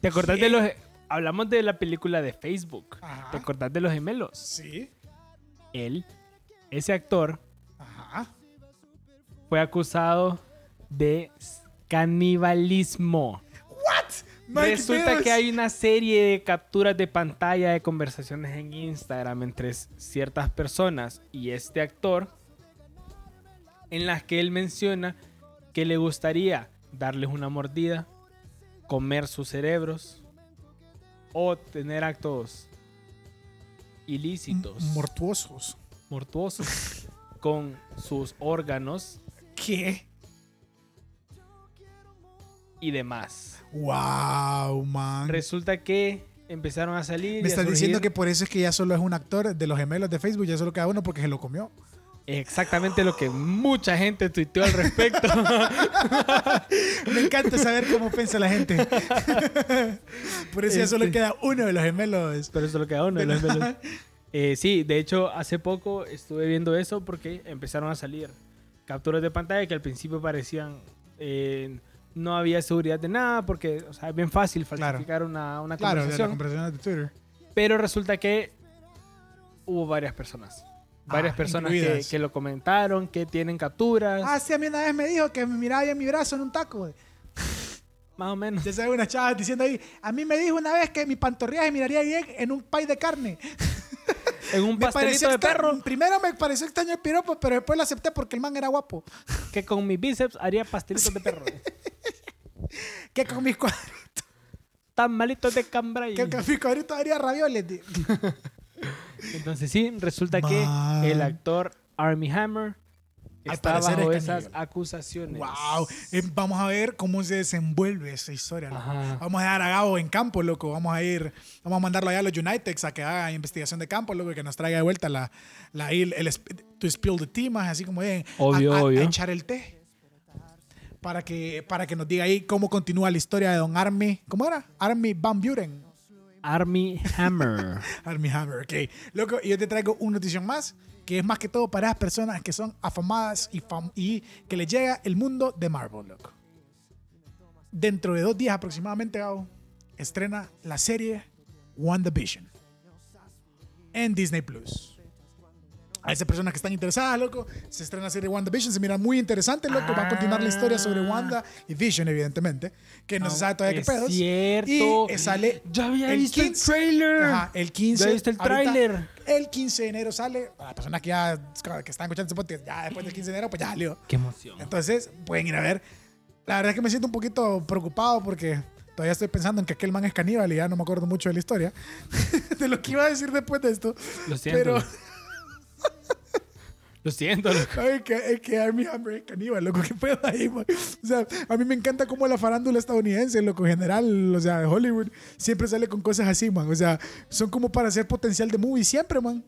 C: ¿Te acordás de los... Hablamos de la película de Facebook.
B: Ajá.
C: ¿Te acordás de los gemelos?
B: Sí.
C: Él, ese actor,
B: Ajá.
C: fue acusado de s- canibalismo.
B: What? Mike
C: Resulta
B: Mills.
C: que hay una serie de capturas de pantalla de conversaciones en Instagram entre s- ciertas personas y este actor en las que él menciona que le gustaría darles una mordida, comer sus cerebros o tener actos ilícitos,
B: M- Mortuosos.
C: mortuosos con sus órganos
B: ¿Qué?
C: y demás.
B: Wow, man.
C: Resulta que empezaron a salir.
B: Me
C: y a
B: estás diciendo
C: surgir-
B: que por eso es que ya solo es un actor de los gemelos de Facebook, ya solo queda uno porque se lo comió.
C: Exactamente lo que mucha gente tuiteó al respecto.
B: Me encanta saber cómo piensa la gente. Por eso ya solo
C: Este.
B: queda uno de los gemelos.
C: Pero eso lo queda uno de los melos. Eh, sí, de hecho, hace poco estuve viendo eso porque empezaron a salir capturas de pantalla que al principio parecían. eh, no había seguridad de nada porque o sea, es bien fácil falsificar una, una
B: Claro, de las
C: conversación.
B: conversaciones de Twitter.
C: pero resulta que hubo varias personas. Varias
B: Ah,
C: personas que,
B: incluidas.
C: que lo comentaron, que tienen capturas.
B: Ah, sí, a mí una vez me dijo que me miraba ahí en mi brazo en un taco.
C: más o menos.
B: Ya sabes, una chava diciendo ahí, a mí me dijo una vez que mi pantorrilla se miraría bien en un pay de carne.
C: En un
B: Me pareció
C: pastelito de
B: extra-
C: perro
B: Primero me pareció extraño el piropo, pero después lo acepté porque el man era guapo.
C: que con mis bíceps haría pastelitos de perro.
B: Que con mis, cuad-
C: Tan malitos de cambray.
B: que con mis cuadritos haría ravioles. di.
C: Entonces sí, resulta
B: Man.
C: que el actor Army Hammer
B: Al
C: está
B: parecer
C: bajo
B: es
C: esas
B: caníbal.
C: acusaciones.
B: Wow, Eh, vamos a ver cómo se desenvuelve esa historia. loco.
C: Ajá.
B: Vamos a dejar a Gabo en campo, loco. Vamos a ir, vamos a mandarlo allá a los Unitex a que haga investigación de campo, loco, y que nos traiga de vuelta la, la il- el, sp- to spill the tea, más así como dicen, a-
C: Obvio,
B: a, a
C: obvio.
B: echar el té. Para que, para que nos diga ahí cómo continúa la historia de Don Army. ¿Cómo era? Army Van Buren.
C: Army Hammer.
B: Army Hammer, ok. Loco, y yo te traigo una notición más, que es más que todo para las personas que son afamadas y, fam- y que les llega el mundo de Marvel, loco. Dentro de dos días aproximadamente, Gabo, estrena la serie WandaVision en Disney Plus. A esas personas que están interesadas, loco, se estrena la serie WandaVision, se mira muy interesante, loco. Va a continuar la historia sobre Wanda y Vision, evidentemente, que no se sabe todavía qué
C: Ah. Es
B: pedos.
C: cierto.
B: Y eh, sale
C: Ya había
B: el
C: visto el
B: 15.
C: trailer.
B: Ajá, el 15.
C: Ya viste el
B: ahorita,
C: tráiler.
B: El 15 de enero sale. Para las personas que ya que están escuchando este podcast, ya después del 15 de enero, pues ya salió.
C: Qué emoción.
B: Entonces, pueden ir a ver. La verdad es que me siento un poquito preocupado porque todavía estoy pensando en que aquel man es caníbal y ya no me acuerdo mucho de la historia. de lo que iba a decir después de esto.
C: Lo siento.
B: Pero-
C: Lo siento, loco.
B: Ay, que, es que Army Hammer es caníbal, loco, qué pedo ahí, man? O sea, a mí me encanta cómo la farándula estadounidense, loco, en general, o sea, de Hollywood, siempre sale con cosas así, man. O sea, son como para hacer potencial de movie siempre, man.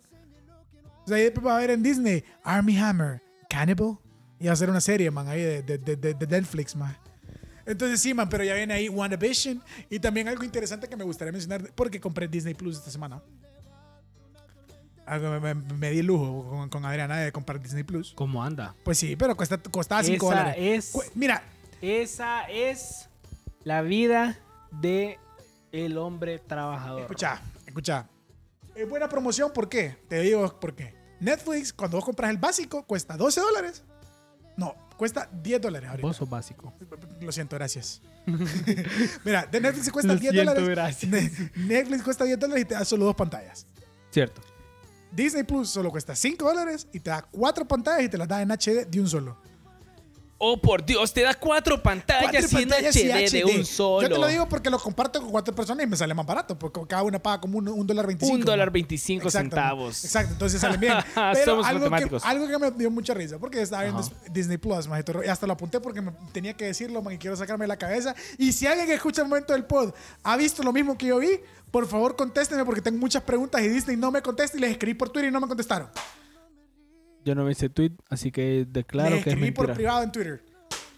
B: O sea, y después va a ver en Disney, Army Hammer, Cannibal, y va a ser una serie, man, ahí de, de, de- de- de Netflix, man. Entonces sí, man, pero ya viene ahí WandaVision y también algo interesante que me gustaría mencionar porque compré Disney Plus esta semana. Algo- Me, me- me di el lujo con, con Adriana de comprar Disney Plus.
C: ¿Cómo anda?
B: Pues sí, pero cuesta, costaba 5
C: Esa
B: dólares.
C: es,
B: Cu- Mira,
C: esa es la vida de el hombre trabajador.
B: escucha, escucha. Es buena promoción, ¿por qué? Te digo por qué. Netflix, cuando vos compras el básico, cuesta 12 dólares. No, cuesta 10 dólares ahorita.
C: Vos sos básico.
B: Lo siento, gracias. Mira, de Netflix cuesta
C: Lo
B: 10
C: siento,
B: dólares.
C: gracias.
B: Ne- Netflix cuesta 10 dólares y te da solo dos pantallas.
C: Cierto.
B: Disney Plus solo cuesta 5 dólares y te da cuatro pantallas y te las da en HD de un solo.
E: Oh, por Dios, te da cuatro pantallas
B: Cuatro
E: y en
B: pantallas y
E: HD de
B: HD.
E: un solo.
B: Yo te lo digo porque lo comparto con cuatro personas y me sale más barato, porque cada una paga como un, un dólar veinticinco.
E: un
B: ¿no?
E: dólar veinticinco
B: Exacto, ¿no?
E: centavos.
B: Exacto, entonces salen bien. Pero
E: Somos
B: algo que,
E: matemáticos.
B: algo que me dio mucha risa, porque estaba viendo
E: Ajá.
B: Disney Plus, más y todo, y hasta lo apunté porque me- tenía que decirlo, man, y quiero sacarme la cabeza. Y si alguien que escucha el momento del pod ha visto lo mismo que yo vi, por favor contéstenme porque tengo muchas preguntas y Disney no me contesta y les escribí por Twitter y no me contestaron.
C: Yo no me hice tweet, así que declaro
B: les
C: que es
B: escribí por
C: mentira.
B: privado en Twitter.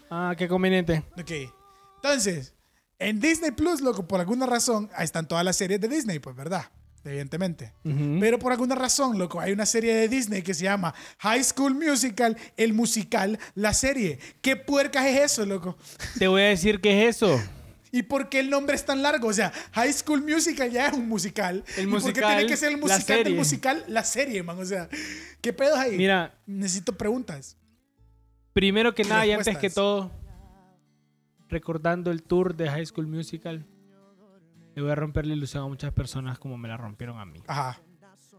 C: Ah, qué conveniente.
B: Ok. Entonces, en Disney Plus, loco, por alguna razón, ahí están todas las series de Disney, pues, ¿verdad? Evidentemente.
C: Ujú.
B: Pero por alguna razón, loco, hay una serie de Disney que se llama High School Musical, el musical, la serie. ¿Qué puercas es eso, loco?
C: Te voy a decir qué es eso.
B: ¿Y por qué el nombre es tan largo? O sea, High School Musical ya es un musical.
C: El
B: ¿Y por qué
C: musical,
B: tiene que ser el
C: la
B: musical del
C: serie.
B: musical, la serie, man? O sea, ¿qué pedos hay?
C: Mira,
B: Necesito preguntas.
C: primero que nada y antes que
B: Respuestas.
C: todo, recordando el tour de High School Musical, le voy a romper la ilusión a muchas personas como me la rompieron a mí.
B: Ajá.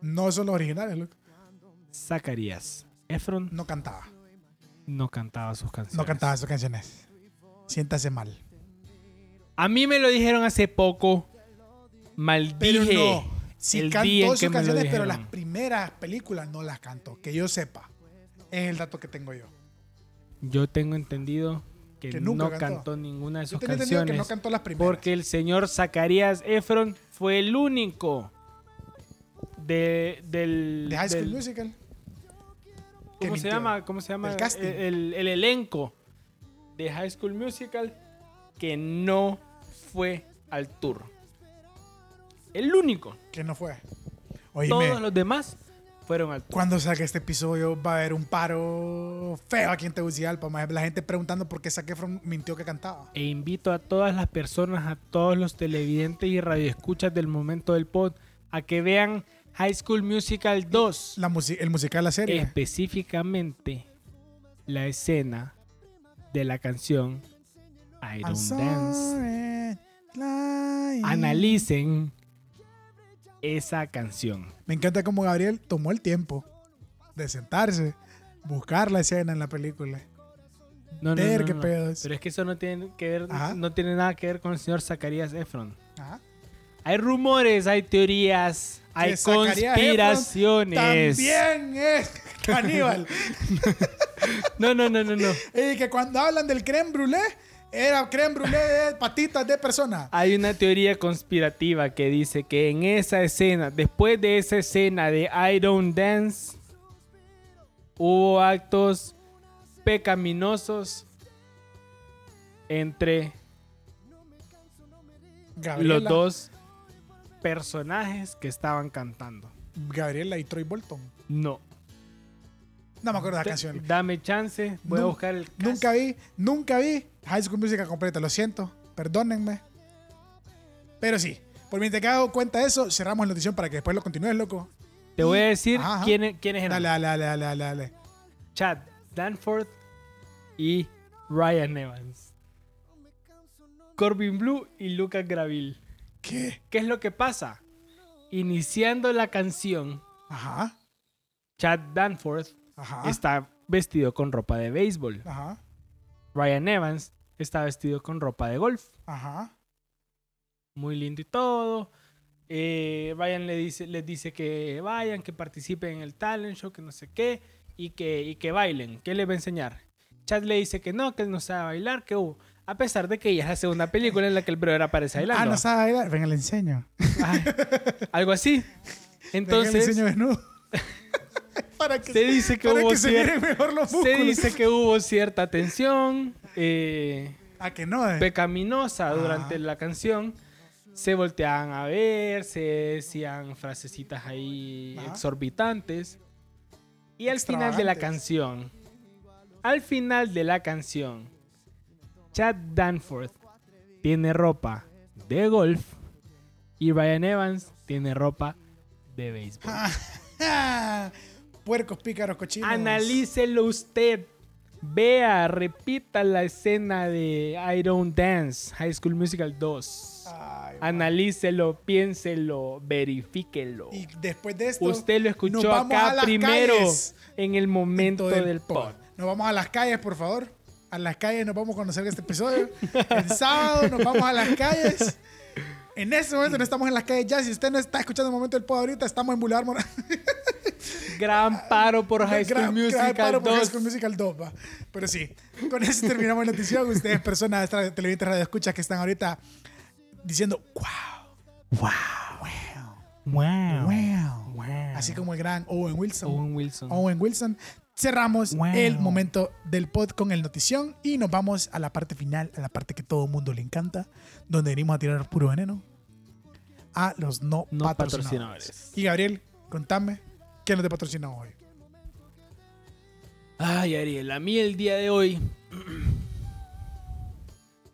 B: No son los originales, loco.
C: Zacarías Efron
B: No cantaba.
C: no cantaba sus canciones.
B: No cantaba sus canciones. Siéntase mal.
C: A mí me lo dijeron hace poco.
B: Pero
C: Maldije.
B: no. Sí
C: el día en
B: cantó
C: que
B: sus
C: me lo
B: canciones, pero las
C: dijeron.
B: primeras películas no las cantó. Que yo sepa. Es el dato que tengo yo.
C: Yo tengo entendido que,
B: Que nunca
C: no
B: cantó.
C: cantó. ninguna de
B: Yo
C: sus
B: tenía entendido
C: canciones.
B: que no cantó las primeras.
C: Porque el señor Zacarías Efron fue el único de, del,
B: de High School
C: del-
B: Musical. que
C: ¿cómo se
B: mintió.
C: llama? ¿Cómo se llama?
B: Del casting.
C: El, el- el elenco de High School Musical que no fue al tour. El único.
B: Que no fue. Oíme,
C: Todos los demás fueron al tour.
B: cuando saque este episodio va a haber un paro feo aquí en Tegucigalpa. más La gente preguntando por qué Zac Efron mintió que cantaba.
C: E invito a todas las personas, a todos los televidentes y radioescuchas del momento del pod, a que vean High School Musical 2.
B: La musi- el musical de la serie.
C: específicamente la escena de la canción I
B: I'm
C: Don't
B: sorry,
C: Dance.
B: lying.
C: Analicen esa canción.
B: Me encanta cómo Gabriel tomó el tiempo de sentarse, buscar la escena en la película.
C: No, no,
B: Ver
C: no,
B: qué
C: no.
B: pedos.
C: Pero es que eso no tiene que ver,
B: Ajá. Ah,
C: no tiene nada que ver con el señor Zacarías Efron.
B: Ajá.
C: Hay rumores, hay teorías, hay
B: que Zacarías Efron
C: conspiraciones.
B: También es caníbal.
C: No, no, no, no, no.
B: y que cuando hablan del creme brûlée, era creme brûlée de patitas de persona.
C: Hay una teoría conspirativa que dice que en esa escena, después de esa escena de I Don't Dance, hubo actos pecaminosos entre
B: Gabriela,
C: los dos personajes que estaban cantando.
B: Gabriela y Troy Bolton.
C: No.
B: No me acuerdo de la canción.
C: Dame chance, voy a
B: Nun-
C: buscar el cast.
B: Nunca vi, nunca vi High School Musical completa, lo siento, perdónenme. Pero sí, por mientras que hago cuenta de eso, cerramos la notición para que después lo continúes, loco.
C: Te voy a decir
B: Ajá, ajá.
C: quién, e- quién es el
B: Dale, dale, dale, dale, dale.
C: Chad Danforth y Ryan Evans. Corbin Blue y Lucas Graville.
B: ¿Qué?
C: ¿Qué es lo que pasa? Iniciando la canción,
B: Ajá,
C: Chad Danforth
B: ajá.
C: está vestido con ropa de béisbol.
B: Ajá,
C: Ryan Evans está vestido con ropa de golf.
B: ajá.
C: Muy lindo y todo. Eh, Ryan le dice, les dice que vayan, que participen en el talent show, que no sé qué, y que, y que bailen. ¿Qué les va a enseñar? Chad le dice que no, que él no sabe bailar, que hubo. A pesar de que ella es la segunda película en la que el brother aparece
B: Ah,
C: bailando.
B: no sabe bailar. Venga, le enseño.
C: Ay, algo así.
B: Venga, le
C: Entonces,
B: enseño desnudo. para que,
C: se dice que
B: para
C: hubo
B: que se
C: cier-
B: miren mejor los
C: se
B: músculos.
C: dice que hubo cierta tensión eh,
B: Ah, que no, eh.
C: pecaminosa
B: Ajá.
C: durante la canción. Se volteaban a ver, se decían frasecitas ahí
B: Ajá.
C: exorbitantes. Y al final de la
B: Extravagantes.
C: canción, al final de la canción, Chad Danforth tiene ropa de golf y Ryan Evans tiene ropa de béisbol.
B: Ah, Puercos pícaros cochinos.
C: Analícelo usted. Vea, repita la escena de I Don't Dance, High School Musical
B: Ah.
C: 2.
B: Ay,
C: Analícelo, piénselo, verifíquelo.
B: Y después de esto.
C: Usted lo
B: nos
C: escuchó
B: vamos a
C: acá
B: las
C: primero
B: calles.
C: en el momento
B: Todo
C: del,
B: el
C: pod.
B: Nos vamos a las calles, por favor. A las calles nos vamos a conocer este episodio. El sábado nos vamos a las calles. En este momento no estamos en las calles ya. Si usted no está escuchando el momento del pod ahorita, estamos en Boulevard Mora-
C: Gran paro por High School
B: Gran- gran
C: Musical
B: paro por
C: 2.
B: High School Musical 2, va. Pero sí, con eso terminamos la noticia. Ustedes, personas tra- televidentes radio escuchas que están ahorita diciendo, wow,
C: Wow.
B: wow.
C: Wow.
B: Así como el gran Owen Wilson.
C: Owen Wilson.
B: Owen Wilson. Cerramos
C: Wow.
B: el momento del pod con el notición y nos vamos a la parte final, a la parte que todo el mundo le encanta, donde venimos a tirar puro veneno a los no,
C: No
B: patrocinadores.
C: patrocinadores.
B: Y Gabriel, contame, ¿qué nos te patrocinó hoy?
C: Ay, Ariel, a mí el día de hoy.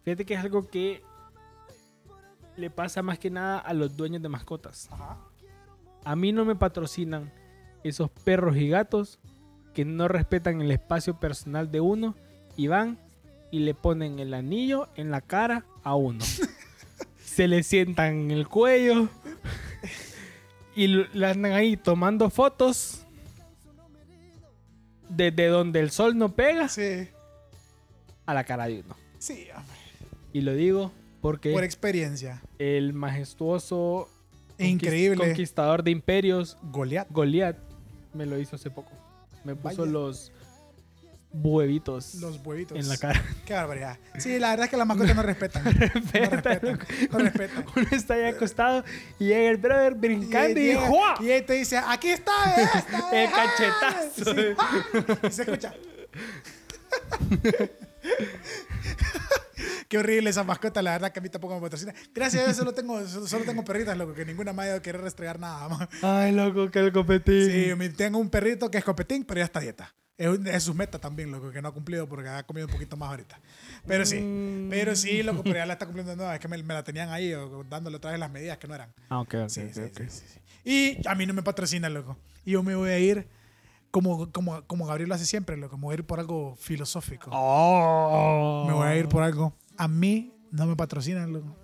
C: Fíjate que es algo que le pasa más que nada a los dueños de mascotas. A mí no me patrocinan esos perros y gatos que no respetan el espacio personal de uno y van y le ponen el anillo en la cara a uno. Se le sientan en el cuello y lo- la andan ahí tomando fotos desde donde el sol no pega
B: Sí,
C: a la cara de uno.
B: sí, ah. hombre,
C: Y lo digo porque
B: por experiencia.
C: el majestuoso
B: E
C: conquist-
B: increíble.
C: conquistador de imperios,
B: Goliat.
C: Goliat, me lo hizo hace poco. Me puso
B: Vaya.
C: los huevitos
B: Los huevitos.
C: en la cara.
B: Qué barbaridad. Sí, la verdad es que las mascotas no respetan. No respetan. No respetan.
C: Uno está ahí acostado y llega el brother brincando y, "Ah".
B: llega-
C: ¡jua!
B: y él te dice, aquí está, esta,
C: El
B: ¡ah!
C: cachetazo.
B: Sí, ¡ah! Y se escucha. Qué horrible esa mascota, la verdad que a mí tampoco me patrocina. Gracias a Dios solo tengo, solo, solo tengo perritas, loco, que ninguna más debe querer restregar nada más.
C: Ay, loco, que el competir.
B: Sí, mi- tengo un perrito que es copetín, pero ya está a dieta. Es, un- es su meta también, loco, que no ha cumplido porque ha comido un poquito más ahorita. Pero sí, pero sí, loco, pero ya la está cumpliendo de nuevo. Es que me, me la tenían ahí, o- dándole otra vez las medidas que no eran.
C: Ah, ok, ok,
B: Sí,
C: ok,
B: sí,
C: ok.
B: sí, sí, sí. Y a mí no me patrocina, loco. Y yo me voy a ir como, como, como Gabriel lo hace siempre, loco. Me voy a ir por algo filosófico.
C: Oh.
B: Me voy a ir por algo. A mí no me patrocinan, loco.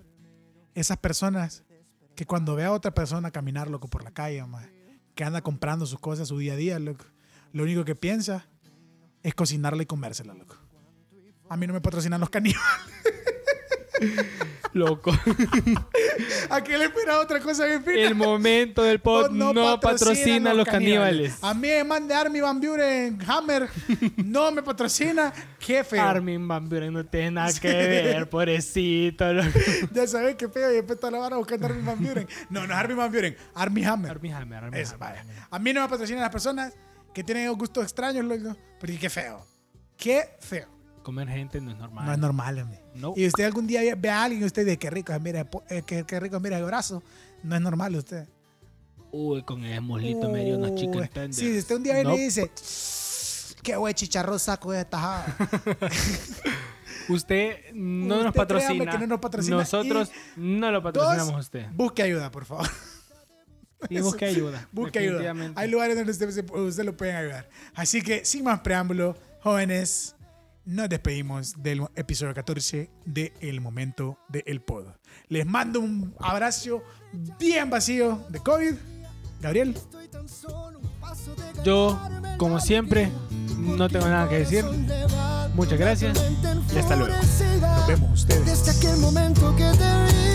B: Esas personas que cuando ve a otra persona caminar, loco, por la calle, ma, que anda comprando sus cosas su día a día, loco, lo único que piensa es cocinarla y comérsela, loco. A mí no me patrocinan los caníbales.
C: Loco.
B: ¿A qué le espera otra cosa bien fina?
C: El momento del pod no, patrocina a los caníbales.
B: A mí me manda Armin Van Buren Hammer. No me patrocina. Qué feo.
C: Armin Van Buren no tiene nada que ver, pobrecito. loco.
B: Ya sabes qué feo. Y después te la van a buscar a Armin Van Buren. No, no es Armin Van Buren. Armin Hammer.
C: Armin Hammer, Armin
B: Eso,
C: Hammer,
B: vaya.
C: Armin Hammer.
B: A mí no me patrocinan las personas que tienen gustos extraños, loco. Pero qué feo. Qué feo.
C: Comer gente no es normal.
B: No es normal, hombre.
C: No.
B: Y usted algún día ve a alguien y usted dice, qué rico, es, mira, po- eh, qué, qué rico, es, mira, el brazo. No es normal usted.
C: Uy, con ese muslito me dio una chica
B: Uy.
C: entender.
B: Sí, usted un día viene
C: No.
B: y dice, qué güey chicharrón saco de tajada.
C: Usted no
B: Usted créame
C: nos patrocina.
B: que no nos patrocina.
C: Nosotros no lo patrocinamos a usted.
B: Busque ayuda, por favor.
C: Y busque ayuda.
B: Busque ayuda.
C: definitivamente.
B: Hay lugares donde usted, se- usted lo pueden ayudar. Así que, sin más preámbulo, jóvenes, nos despedimos del episodio 14 de El Momento del Pod. Les mando un abrazo bien vacío de COVID. Gabriel,
C: Yo, como siempre, no tengo nada que decir. Muchas gracias.
A: Y hasta luego.
B: nos vemos ustedes.
A: Desde aquel momento que te vi.